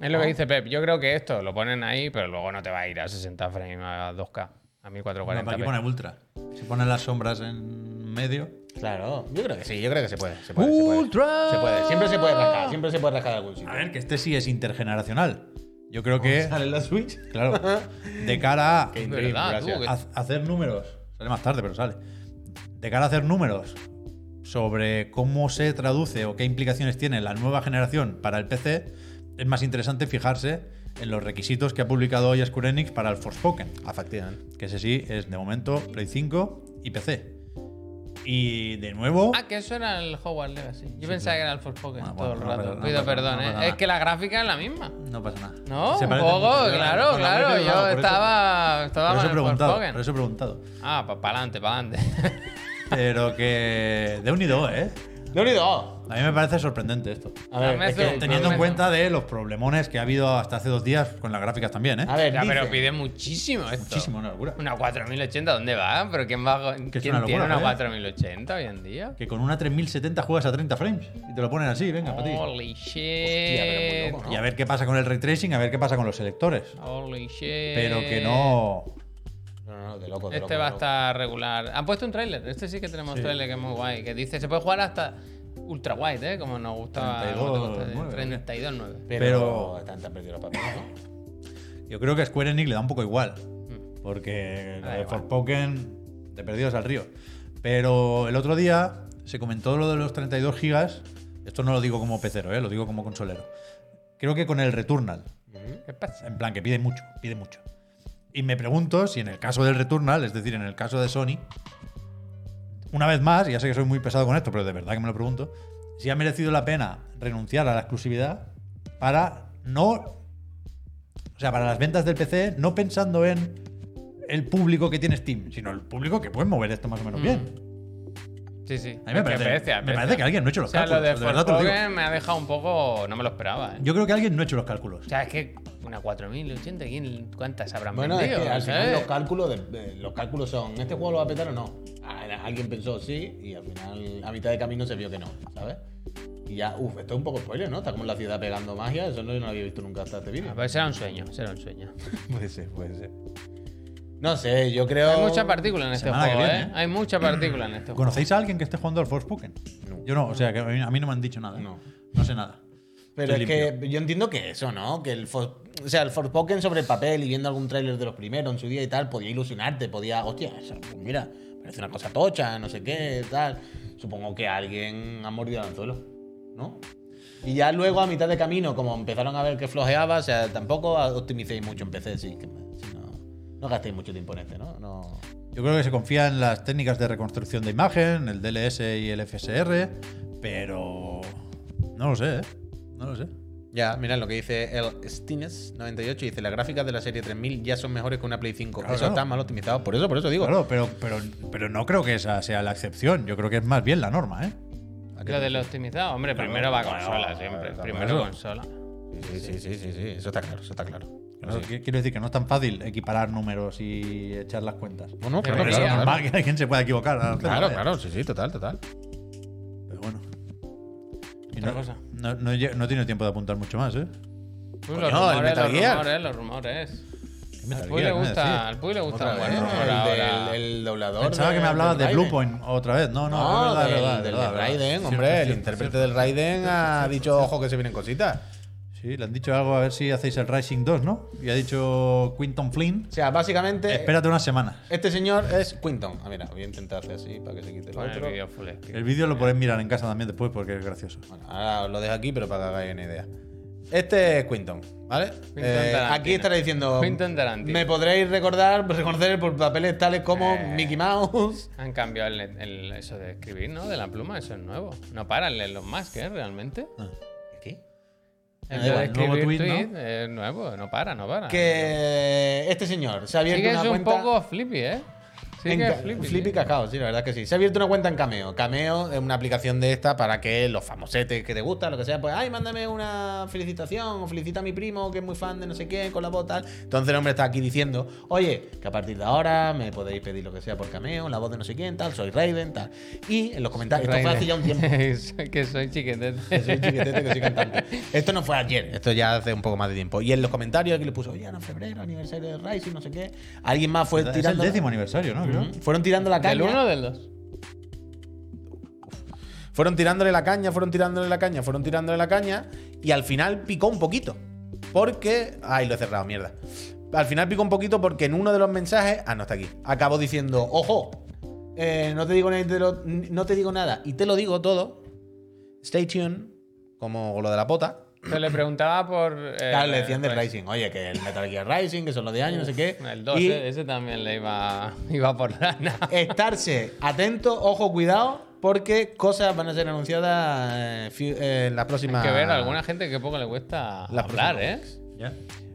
B: Es
C: Ah.
B: lo que dice Pep. Yo creo que esto lo ponen ahí, pero luego no te va a ir a 60 frames a 2K, a
C: Bueno, para
B: 1440.
C: aquí pone ultra. Si ponen las sombras en medio.
A: Claro, yo creo que sí, yo creo que se puede. Se puede, se puede.
C: ¡Ultra!
A: Se puede, siempre se
B: Ah.
A: puede rascar, siempre se puede rascar de algún sitio.
C: A ver, que este sí es intergeneracional. Yo creo que,
A: ¿Sale en la Switch?
C: claro, de cara a
B: Es verdad, tú, que-
C: haz- hacer números, sale más tarde, pero sale. De cara a hacer números sobre cómo se traduce o qué implicaciones tiene la nueva generación para el PC, es más interesante fijarse en los requisitos que ha publicado hoy Square Enix para el Forspoken
D: Efectivamente.
C: que ese sí es de momento Play 5 y PC. Y de nuevo,
B: Ah, que eso era el Hogwarts Legacy. Yo pensaba que era el Forspoken
C: Bueno,
B: todo el
C: bueno, no,
B: rato.
C: pero- no,
B: Pido
C: pero-
B: perdón,
C: no,
B: ¿eh?
C: pero nada.
B: Es que la gráfica es la misma.
C: no pasa nada.
B: No,
C: Se
B: un
C: parece
B: poco,
C: mucho,
B: claro,
C: con la
B: claro.
C: Play,
B: Yo
C: por eso-
B: estaba, estaba con
C: Por eso, he
B: el
C: preguntado,
B: Forspoken.
C: por eso he preguntado.
B: Ah, para adelante, para adelante.
C: Pero que de un y dos, ¿eh?
A: De un y dos.
C: A mí me parece sorprendente esto.
A: A ver,
B: Dame
A: es que-
B: zoom.
C: Teniendo en
B: Sorprendente.
C: cuenta de los problemones que ha habido hasta hace dos días con las gráficas también, ¿eh?
A: a ver,
B: Ya, pero
A: dice-
B: pide muchísimo esto.
C: Muchísimo, una locura.
B: Una 4080, ¿dónde va? ¿Pero quién va? ¿Quién
C: Que es una locura,
B: tiene una
C: ¿eh?
B: 4080 hoy en día?
C: Que con una 3070 juegas a 30 frames y te lo ponen así, venga, para ti.
B: Holy
A: pero muy
B: shit.
A: loco,
C: Y a ver qué pasa con el ray tracing, a ver qué pasa con los selectores.
B: Holy shit.
C: Pero que no.
A: No, no, no, de loco, de loco,
B: Este
A: de
B: va a
A: loco.
B: estar regular. Han puesto un tráiler. Este sí que tenemos tráiler que es muy guay. Que dice, se puede jugar hasta ultra wide, ¿eh? Como eh, nos gustaba.
C: 32.9, ¿o qué?
B: 32.9.
A: Pero,
C: pero-
A: están tan perdidos los papeles, ¿no?
C: Yo creo que a Square Enix le da un poco igual. Porque lo
B: Da
C: de
B: igual.
C: Forspoken, de perdidos al río. Pero el otro día se comentó lo de los 32 gigas. Esto no lo digo como pecero, ¿eh? lo digo como consolero. Creo que con el Returnal.
B: ¿Qué pasa?
C: En plan, que pide mucho, pide mucho. Y me pregunto si en el caso del Returnal, es decir, en el caso de Sony, una vez más, ya sé que soy muy pesado con esto, pero de verdad que me lo pregunto, si ha merecido la pena renunciar a la exclusividad para no. O sea, para las ventas del PC, no pensando en el público que tiene Steam, sino el público que puede mover esto más o menos
B: Mm.
C: bien.
B: Sí, sí.
C: A mí me
B: Es que
C: parece,
B: aprecia,
C: me
B: aprecia.
C: parece que alguien no ha hecho
B: O
C: los
B: sea, lo
C: cálculos.
B: de
C: de verdad te lo digo.
B: Forspoken me ha dejado un poco. No me lo esperaba, ¿eh?
C: Yo creo que alguien no ha hecho los cálculos.
B: O sea, es que una 4080, ¿quién- ¿cuántas habrán
A: Bueno, es
B: vendido?
A: que al final
B: ¿Sabes?
A: los cálculos, de- eh, los cálculos son, ¿este juego lo va a petar o no? A- Alguien pensó sí y al final a mitad de camino se vio que no, ¿sabes? Y ya, uff, esto es un poco spoiler, ¿no? Está como en la ciudad pegando magia, eso no, yo no lo había visto nunca hasta este
B: Ah,
A: vídeo.
B: Pues será un sueño, será un sueño.
D: Puede ser, puede ser.
A: No sé, yo creo...
B: Hay mucha partícula en este
C: Semana que
B: juego,
C: viene,
B: ¿eh?
C: ¿eh?
B: Hay mucha partícula en este juego.
C: ¿Conocéis a alguien que esté jugando al Forspoken? Yo no, o sea, que a mí, a mí no me han dicho nada.
A: No.
C: No sé nada.
A: Pero
C: Estoy
A: es que yo entiendo que eso, ¿no? Que el For- o sea, el Forspoken sobre el papel y viendo algún tráiler de los primeros en su día y tal, podía ilusionarte, podía, hostia, eso, pues mira, parece una cosa tocha, no sé qué, tal. Supongo que alguien ha mordido el anzuelo, ¿no? Y ya luego a mitad de camino, como empezaron a ver que flojeaba, o sea, tampoco optimicéis mucho en PC, sí. que- sí, no. No gastéis mucho tiempo en este, ¿no? no...
C: Yo creo que se confía en las técnicas de reconstrucción de imagen, el DLS y el FSR, pero no lo sé, ¿eh? No lo sé.
D: Ya, mira lo que dice el Stines 98 dice, las gráficas de la serie 3000 ya son mejores que una Play 5.
C: Claro,
D: Eso
C: claro.
D: está mal optimizado, por eso, por eso digo.
C: Claro, pero, pero, pero no creo que esa sea la excepción. Yo creo que es más bien la norma, ¿eh?
B: Lo del optimizado, hombre, primero va consola siempre.
D: claro,
B: primero
C: claro.
B: consola.
D: Sí, sí, sí, sí, sí, eso está claro, eso está claro.
C: Claro, qui- Quiero decir que no es tan fácil equiparar números y echar las cuentas.
D: No, no, claro,
B: Debería,
D: claro,
C: Es
D: claro.
C: normal que alguien se pueda equivocar. al hacerlo,
D: Claro,
C: vaya.
D: claro, sí, sí, total, total.
C: Pero bueno. Y
B: Otra
C: no,
B: cosa.
C: No, no lle- no he tenido tiempo de apuntar mucho más, ¿eh?
B: Pues
D: Coño,
B: los
D: el
B: rumores,
D: Metal
B: los
D: Gear.
B: rumores, los rumores. Al Puy le
C: Gear, ¿qué me
B: gusta,
C: decís?
B: al Puy le gusta
D: Otra
B: un
D: vez,
B: buen
D: ¿no?
B: rumor
D: el,
B: ahora.
D: del- el doblador.
C: Pensaba que me hablabas de
D: del
C: Blue
D: Raiden.
C: Point otra vez. No, no,
D: No,
C: es verdad,
D: del,
C: es verdad, es
D: del
C: verdad, es verdad.
D: Raiden,
C: Cierto,
D: hombre, el
C: cierto,
D: intérprete
C: cierto.
D: del Raiden ha dicho, ojo, que se vienen cositas.
C: Sí, le han dicho algo a ver si hacéis el Rising 2, ¿no? Y ha dicho Quinton Flynn.
D: O sea, básicamente,
C: Espérate unas semanas.
D: este señor es Quinton. Ah, mira, voy a intentar hacer así para que se quite el
B: Con el
D: otro.
B: vídeo full screen.
C: El vídeo lo podéis mirar en casa también después porque es gracioso.
D: Bueno, ahora os lo dejo aquí, pero para que hagáis una idea. Este es Quinton, ¿vale? Eh,
B: Tarantino.
D: aquí estará diciendo.
B: Quentin Tarantino.
D: Me podréis recordar, reconocer por papeles tales como
B: Eh.
D: Mickey Mouse.
B: Han cambiado el, el- eso de escribir, ¿no? De la pluma, eso es nuevo. No paran los más, ¿eh? Realmente.
D: Ah. ¿Qué? Ah,
B: El
C: da igual, nuevo tweet, ¿no?
B: es nuevo, no para, no para.
D: Que este señor se ha abierto
B: Sí que es
D: una
B: un
D: cuenta.
B: poco eh. flippy, ¿eh? Sí
D: en
B: que es
D: Ca-
B: flippy.
D: Flippy
B: sí.
D: Cacao, sí, la verdad que sí. Se ha abierto una cuenta en Cameo. Cameo es una aplicación de esta para que los famosetes que te gustan, lo que sea, pues, ay, mándame una felicitación o felicita a mi primo que es muy fan de no sé quién, con la voz tal. Entonces el hombre está aquí diciendo, oye, que a partir de ahora me podéis pedir lo que sea por Cameo, la voz de no sé quién, tal, soy Raven, tal. Y en los comentarios, esto fue hace ya un tiempo.
B: (laughs) que soy chiquetete.
D: Que soy chiquitete, que soy
B: (laughs)
D: cantante. Esto no fue ayer, esto ya hace un poco más de tiempo. Y en los comentarios aquí le puso, oye, Ana Febrero, aniversario de Rising, no sé qué. Alguien más fue
C: Es el
D: tirando.
C: décimo aniversario, ¿no? Creo.
D: Mm, Fueron tirando la
B: ¿Del
D: caña.
B: 1 o del 2?
D: Fueron tirándole la caña, fueron tirándole la caña, fueron tirándole la caña. Y al final picó un poquito. Porque. Ay, lo he cerrado, mierda. Al final picó un poquito porque en uno de los mensajes. Ah, no está aquí. Acabó diciendo: Ojo, eh, no, te digo, ni- te lo- no te digo nada. Y te lo digo todo. Stay tuned. Como lo de la pota.
B: Se le preguntaba por. eh,
D: Claro, le decían de
B: pues,
D: Rising. Oye, que el Metal Gear Rising, que son los de años, no sé qué.
B: El 2,
D: Y-
B: eh, ese también le iba, (laughs) iba por lana.
D: estarse atento, ojo, cuidado, porque cosas van a ser anunciadas eh, fi- eh, en la próxima.
B: Hay que ver a alguna gente que poco le cuesta
D: Las
B: hablar, ¿eh?
D: próximas.
C: Ya.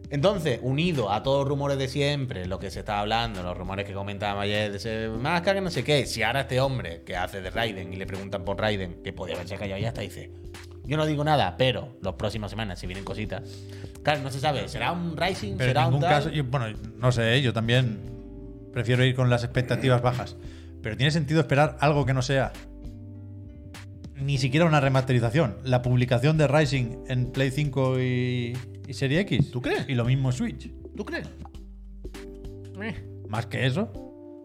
D: Entonces, unido a todos los rumores de siempre, lo que se está hablando, los rumores que comentábamos ayer de ese máscara, que no sé qué, si ahora este hombre que hace de Raiden y le preguntan por Raiden, que podía haberse callado ya hasta dice, yo no digo nada, pero las próximas semanas, si vienen cositas, claro, no se sabe, será un Rising,
C: Pero
D: será
C: en
D: un
C: ningún
D: tal?
C: caso, yo- bueno, no sé, yo también prefiero ir con las expectativas bajas. Pero tiene sentido esperar algo que no sea ni siquiera una remasterización. La publicación de Rising en Play 5 y, y Serie X.
D: ¿Tú crees?
C: Y lo mismo en Switch.
D: ¿Tú crees?
B: Eh,
C: Más que eso.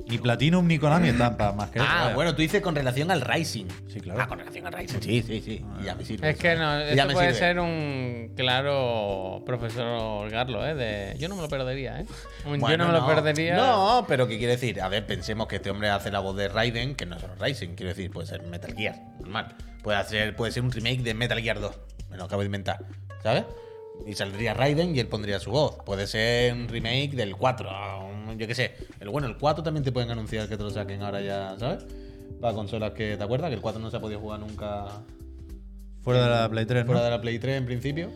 C: Ni Platinum ni Konami están para más que eso.
D: Ah,
C: vaya.
D: bueno, tú dices con relación al Rising.
C: Sí, claro.
D: Ah, con relación al Rising. Sí, sí, sí. Y ya me sirve.
B: Es que no,
D: Y ya
B: esto
D: me
B: puede
D: sirve.
B: ser un claro profesor Garlo, ¿eh? De, yo no me lo perdería, ¿eh? Un yo
D: Bueno,
B: no me lo perdería.
D: No, pero ¿qué quiere decir? A ver, pensemos que este hombre hace la voz de Raiden, que no es solo Rising, quiero decir, puede ser Metal Gear, normal. Puede, hacer, puede ser un remake de Metal Gear 2, me lo acabo de inventar, ¿sabes? Y saldría Raiden y él pondría su voz. Puede ser un remake del 4, ah, un- yo qué sé. El, bueno, el 4 también te pueden anunciar que te lo saquen ahora ya, ¿sabes? Para consolas que, ¿te acuerdas? Que el 4 no se ha podido jugar nunca
C: Fuera de la Play 3, ¿no?
D: fuera de la Play 3 en principio.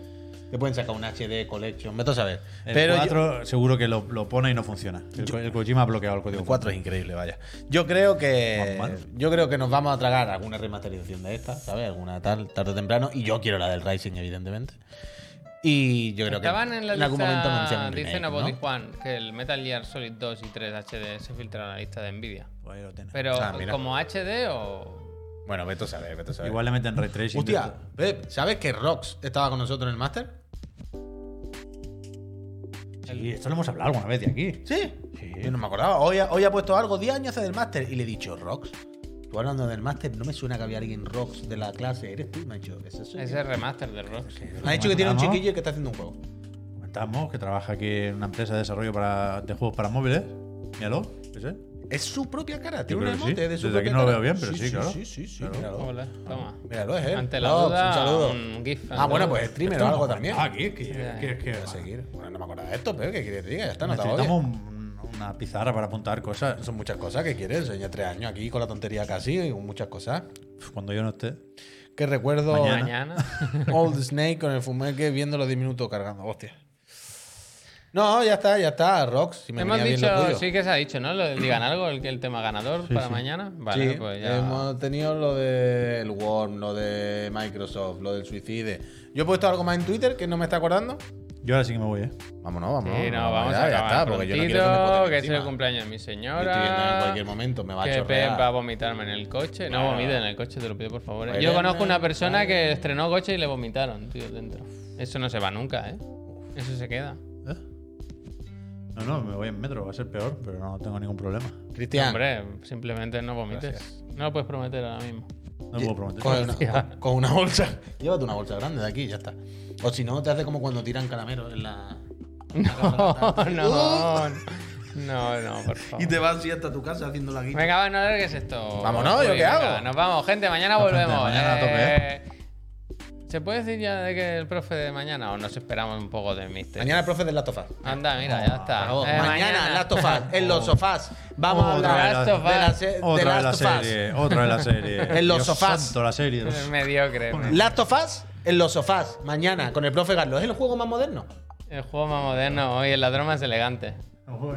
D: Te pueden sacar un HD Collection, vete a saber.
C: El
D: Pero yo-
C: 4 seguro que lo, lo pone y no funciona. El, Ko- el Kojima ha bloqueado el código.
D: El 4 es increíble, vaya. Yo creo que.
C: Juan Mar.
D: Eh, Yo creo que nos vamos a tragar alguna remasterización de esta, ¿sabes? Alguna tal, tarde o temprano. Y yo quiero la del Rising, evidentemente. Y yo creo que.
B: Estaban en la
D: algún
B: lista,
D: momento anuncian un
B: dice
D: remake,
B: Nobody
D: ¿no?
B: Juan, que el Metal Gear Solid 2 y 3 HD se filtra en la lista de Nvidia.
C: Pues ahí lo tienes.
B: Pero,
D: Ah, mira.
B: ¿como HD o...?
D: Bueno, vete a saber, vete a saber.
C: Igual le meten ray tracing.
D: Hostia,
C: de-
D: Pep, ¿sabes que Rox estaba con nosotros en el máster?
C: Sí, esto lo hemos hablado alguna vez de aquí.
D: Sí. Yo no me acordaba. Hoy ha, hoy ha puesto algo 10 años hace del máster. Y le he dicho, Rox, tú hablando del máster, no me suena que había alguien Rox de la clase. Eres tú, macho. Ese soy
B: Ese remaster del Rock.
D: yo. Me ha dicho que tiene un
C: Vamos.
D: chiquillo y que está haciendo un juego.
C: Comentamos que trabaja aquí en una empresa de desarrollo para, de juegos para móviles. Míralo, ese.
D: Es su propia cara,
C: Yo
D: tiene un
C: creo que sí.
D: emote de su
C: Desde aquí
D: propia
C: no lo
D: cara.
C: veo bien, pero sí, claro.
D: Sí, sí, sí,
C: Claro.
D: míralo.
B: Hola, toma.
D: Míralo, es él.
B: Ante la
D: Rox,
B: duda,
D: eh, un saludo.
B: un GIF.
D: Ah, bueno, pues streamer o algo también.
C: Ah, aquí, que, que, que,
D: Voy a seguir. Bueno, no me acordaba de esto, pero ¿qué quieres que te diga? Ya está, no te
C: necesitamos
D: agobies.
C: un, una pizarra para apuntar cosas.
D: Son muchas cosas que quieres. Enseñé tres años aquí con la tontería casi y con muchas cosas.
C: Pf, Cuando yo no esté.
D: Que recuerdo
B: Mañana.
D: (laughs) Old Snake con el fumeque viendo los 10 minutos cargando. Hostia. No, ya está, ya está. Rocks, si me
B: Hemos
D: venía bien lo
B: dicho,
D: tuyo.
B: sí que se ha dicho, ¿no? Lo- Digan algo, el, el tema ganador para mañana. Vale,
D: Sí,
B: pues ya.
D: Hemos tenido lo del Worm, lo de Microsoft, lo del Suicide. Yo he puesto algo más en Twitter que no me está acordando.
C: Yo ahora sí que me voy, ¿eh?
D: Vámonos, vámonos.
B: Sí, no,
D: vámonos,
B: vamos
D: ya,
B: a
D: ya
B: acabar
D: está, porque yo no quiero que me
B: prontito,
D: poten
B: que es el
D: encima.
B: cumpleaños de mi
D: Yo estoy viendo en
B: señora.
D: cualquier momento, me va a
B: Que Pep va a
D: chorrear.
B: vomitarme en el coche. No vomita en el coche, te lo pido por favor. ¿eh?
D: Pues
B: Yo
D: en
B: conozco una
D: el
B: persona que estrenó coche y le vomitaron, tío, dentro. Eso no se va nunca, ¿eh? Eso se queda.
C: ¿Eh? No, no, me voy en metro, va a ser peor, pero no tengo ningún problema.
D: Cristian,
B: Hombre, simplemente no vomites. No lo puedes prometer ahora
D: (laughs)
B: mismo.
C: No puedo prometer.
D: coge una, co- coge una bolsa. (laughs) Llévate una bolsa grande de aquí, ya está. O si no, te hace como cuando tiran caramelos en la.
B: (laughs) No, no. No, no, por favor.
D: vas y hasta tu casa haciendo la guita.
B: Venga, va, no largues esto.
D: Vámonos, ¿yo
B: Uy,
D: qué
B: venga,
D: hago?
B: Nos vamos, gente, mañana
C: No, gente,
B: volvemos.
C: mañana a tope,
B: Eh, ¿Se puede decir ya de que el profe de mañana o nos esperamos un poco de mister?
D: Mañana, profe del Latofaz.
B: Anda, mira, ya está. Eh,
D: mañana, Last of Us, en
B: (laughs)
D: los sofás. Vamos a
C: Otra
D: hablar
B: vez Last of
D: de la,
B: Us.
D: se- de
C: Otra vez la
D: Last of Us.
C: serie, otra vez la
D: (laughs)
C: serie.
D: En los
C: Dios
D: sofás.
C: santo, la serie.
B: Es mediocre. me-
D: Last of Us en los sofás, mañana, con el profe Carlos. ¿Es el juego más moderno?
B: El juego más moderno hoy, el ladrón más elegante.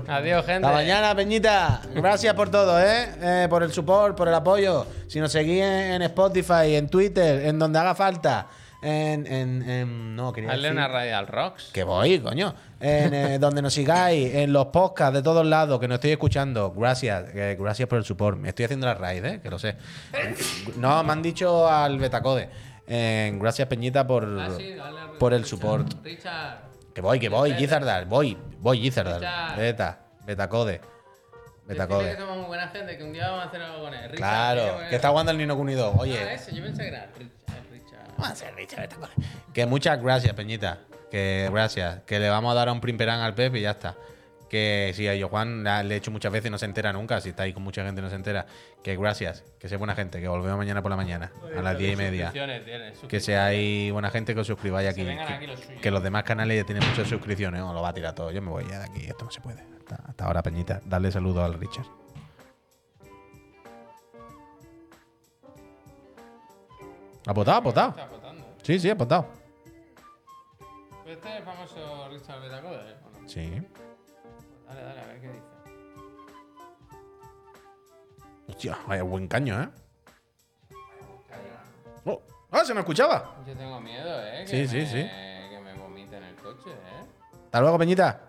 B: Adiós, gente.
D: Hasta mañana, Peñita. Gracias por todo, ¿eh? Eh, Por el support, por el apoyo. Si nos seguís en Spotify, en Twitter, en donde haga falta. En. en, en- no, quería
B: Hazle
D: decir-
B: una radial rocks.
D: Que voy, coño. En, eh, (laughs) donde nos sigáis, en los podcasts de todos lados, que nos estoy escuchando. Gracias, eh, gracias por el support. Me estoy haciendo la raíz, ¿eh? que lo sé. No, me han dicho al Betacode. Eh, gracias, Peñita, por,
B: Ah,
D: por el support.
B: Richard.
D: Que voy, que voy, Gizardar. Voy, voy,
B: Richard.
D: Gizardar. Beta, Betacode.
B: Decirle
D: Betacode.
B: que somos muy buena gente, que un día vamos a hacer algo con él. Richard,
D: Claro,
B: tío,
D: que está jugando el Nino Kuni 2. Oye,
B: Ah, ese, yo pensé que era Richard, Richard.
D: Vamos a hacer bicho, esta cosa. Que muchas gracias, Peñita. Que gracias. Que le vamos a dar a un primperán al Pep y ya está. Que sí, a yo Juan la- le he hecho muchas veces y no se entera nunca. Si está ahí con mucha gente no se entera. Que gracias. Que sea buena gente. Que volvemos mañana por la mañana. A las diez y media.
B: Suscripciones tiene, suscripciones.
D: Que seáis buena gente que os suscribáis aquí.
B: vengan
D: que,
B: aquí los suyos.
D: que los demás canales ya tienen muchas suscripciones. O lo va a tirar todo. Yo me voy ya de aquí. Esto no se puede. Hasta, hasta ahora, Peñita. Dale saludos al Richard. Ha votado, ha votado.
B: Está votando.
D: Sí, sí, ha votado.
B: Pues este es el famoso Richard Betacode, ¿eh? ¿O no?
D: Sí.
B: Dale, dale, a ver qué dice.
D: Hostia, vaya buen caño, ¿eh? Oh, ¡Ah, se me escuchaba!
B: Yo tengo miedo, ¿eh?
D: Sí,
B: Que
D: sí,
B: me-
D: sí.
B: Que me vomite en el coche, ¿eh?
D: Hasta luego, Peñita.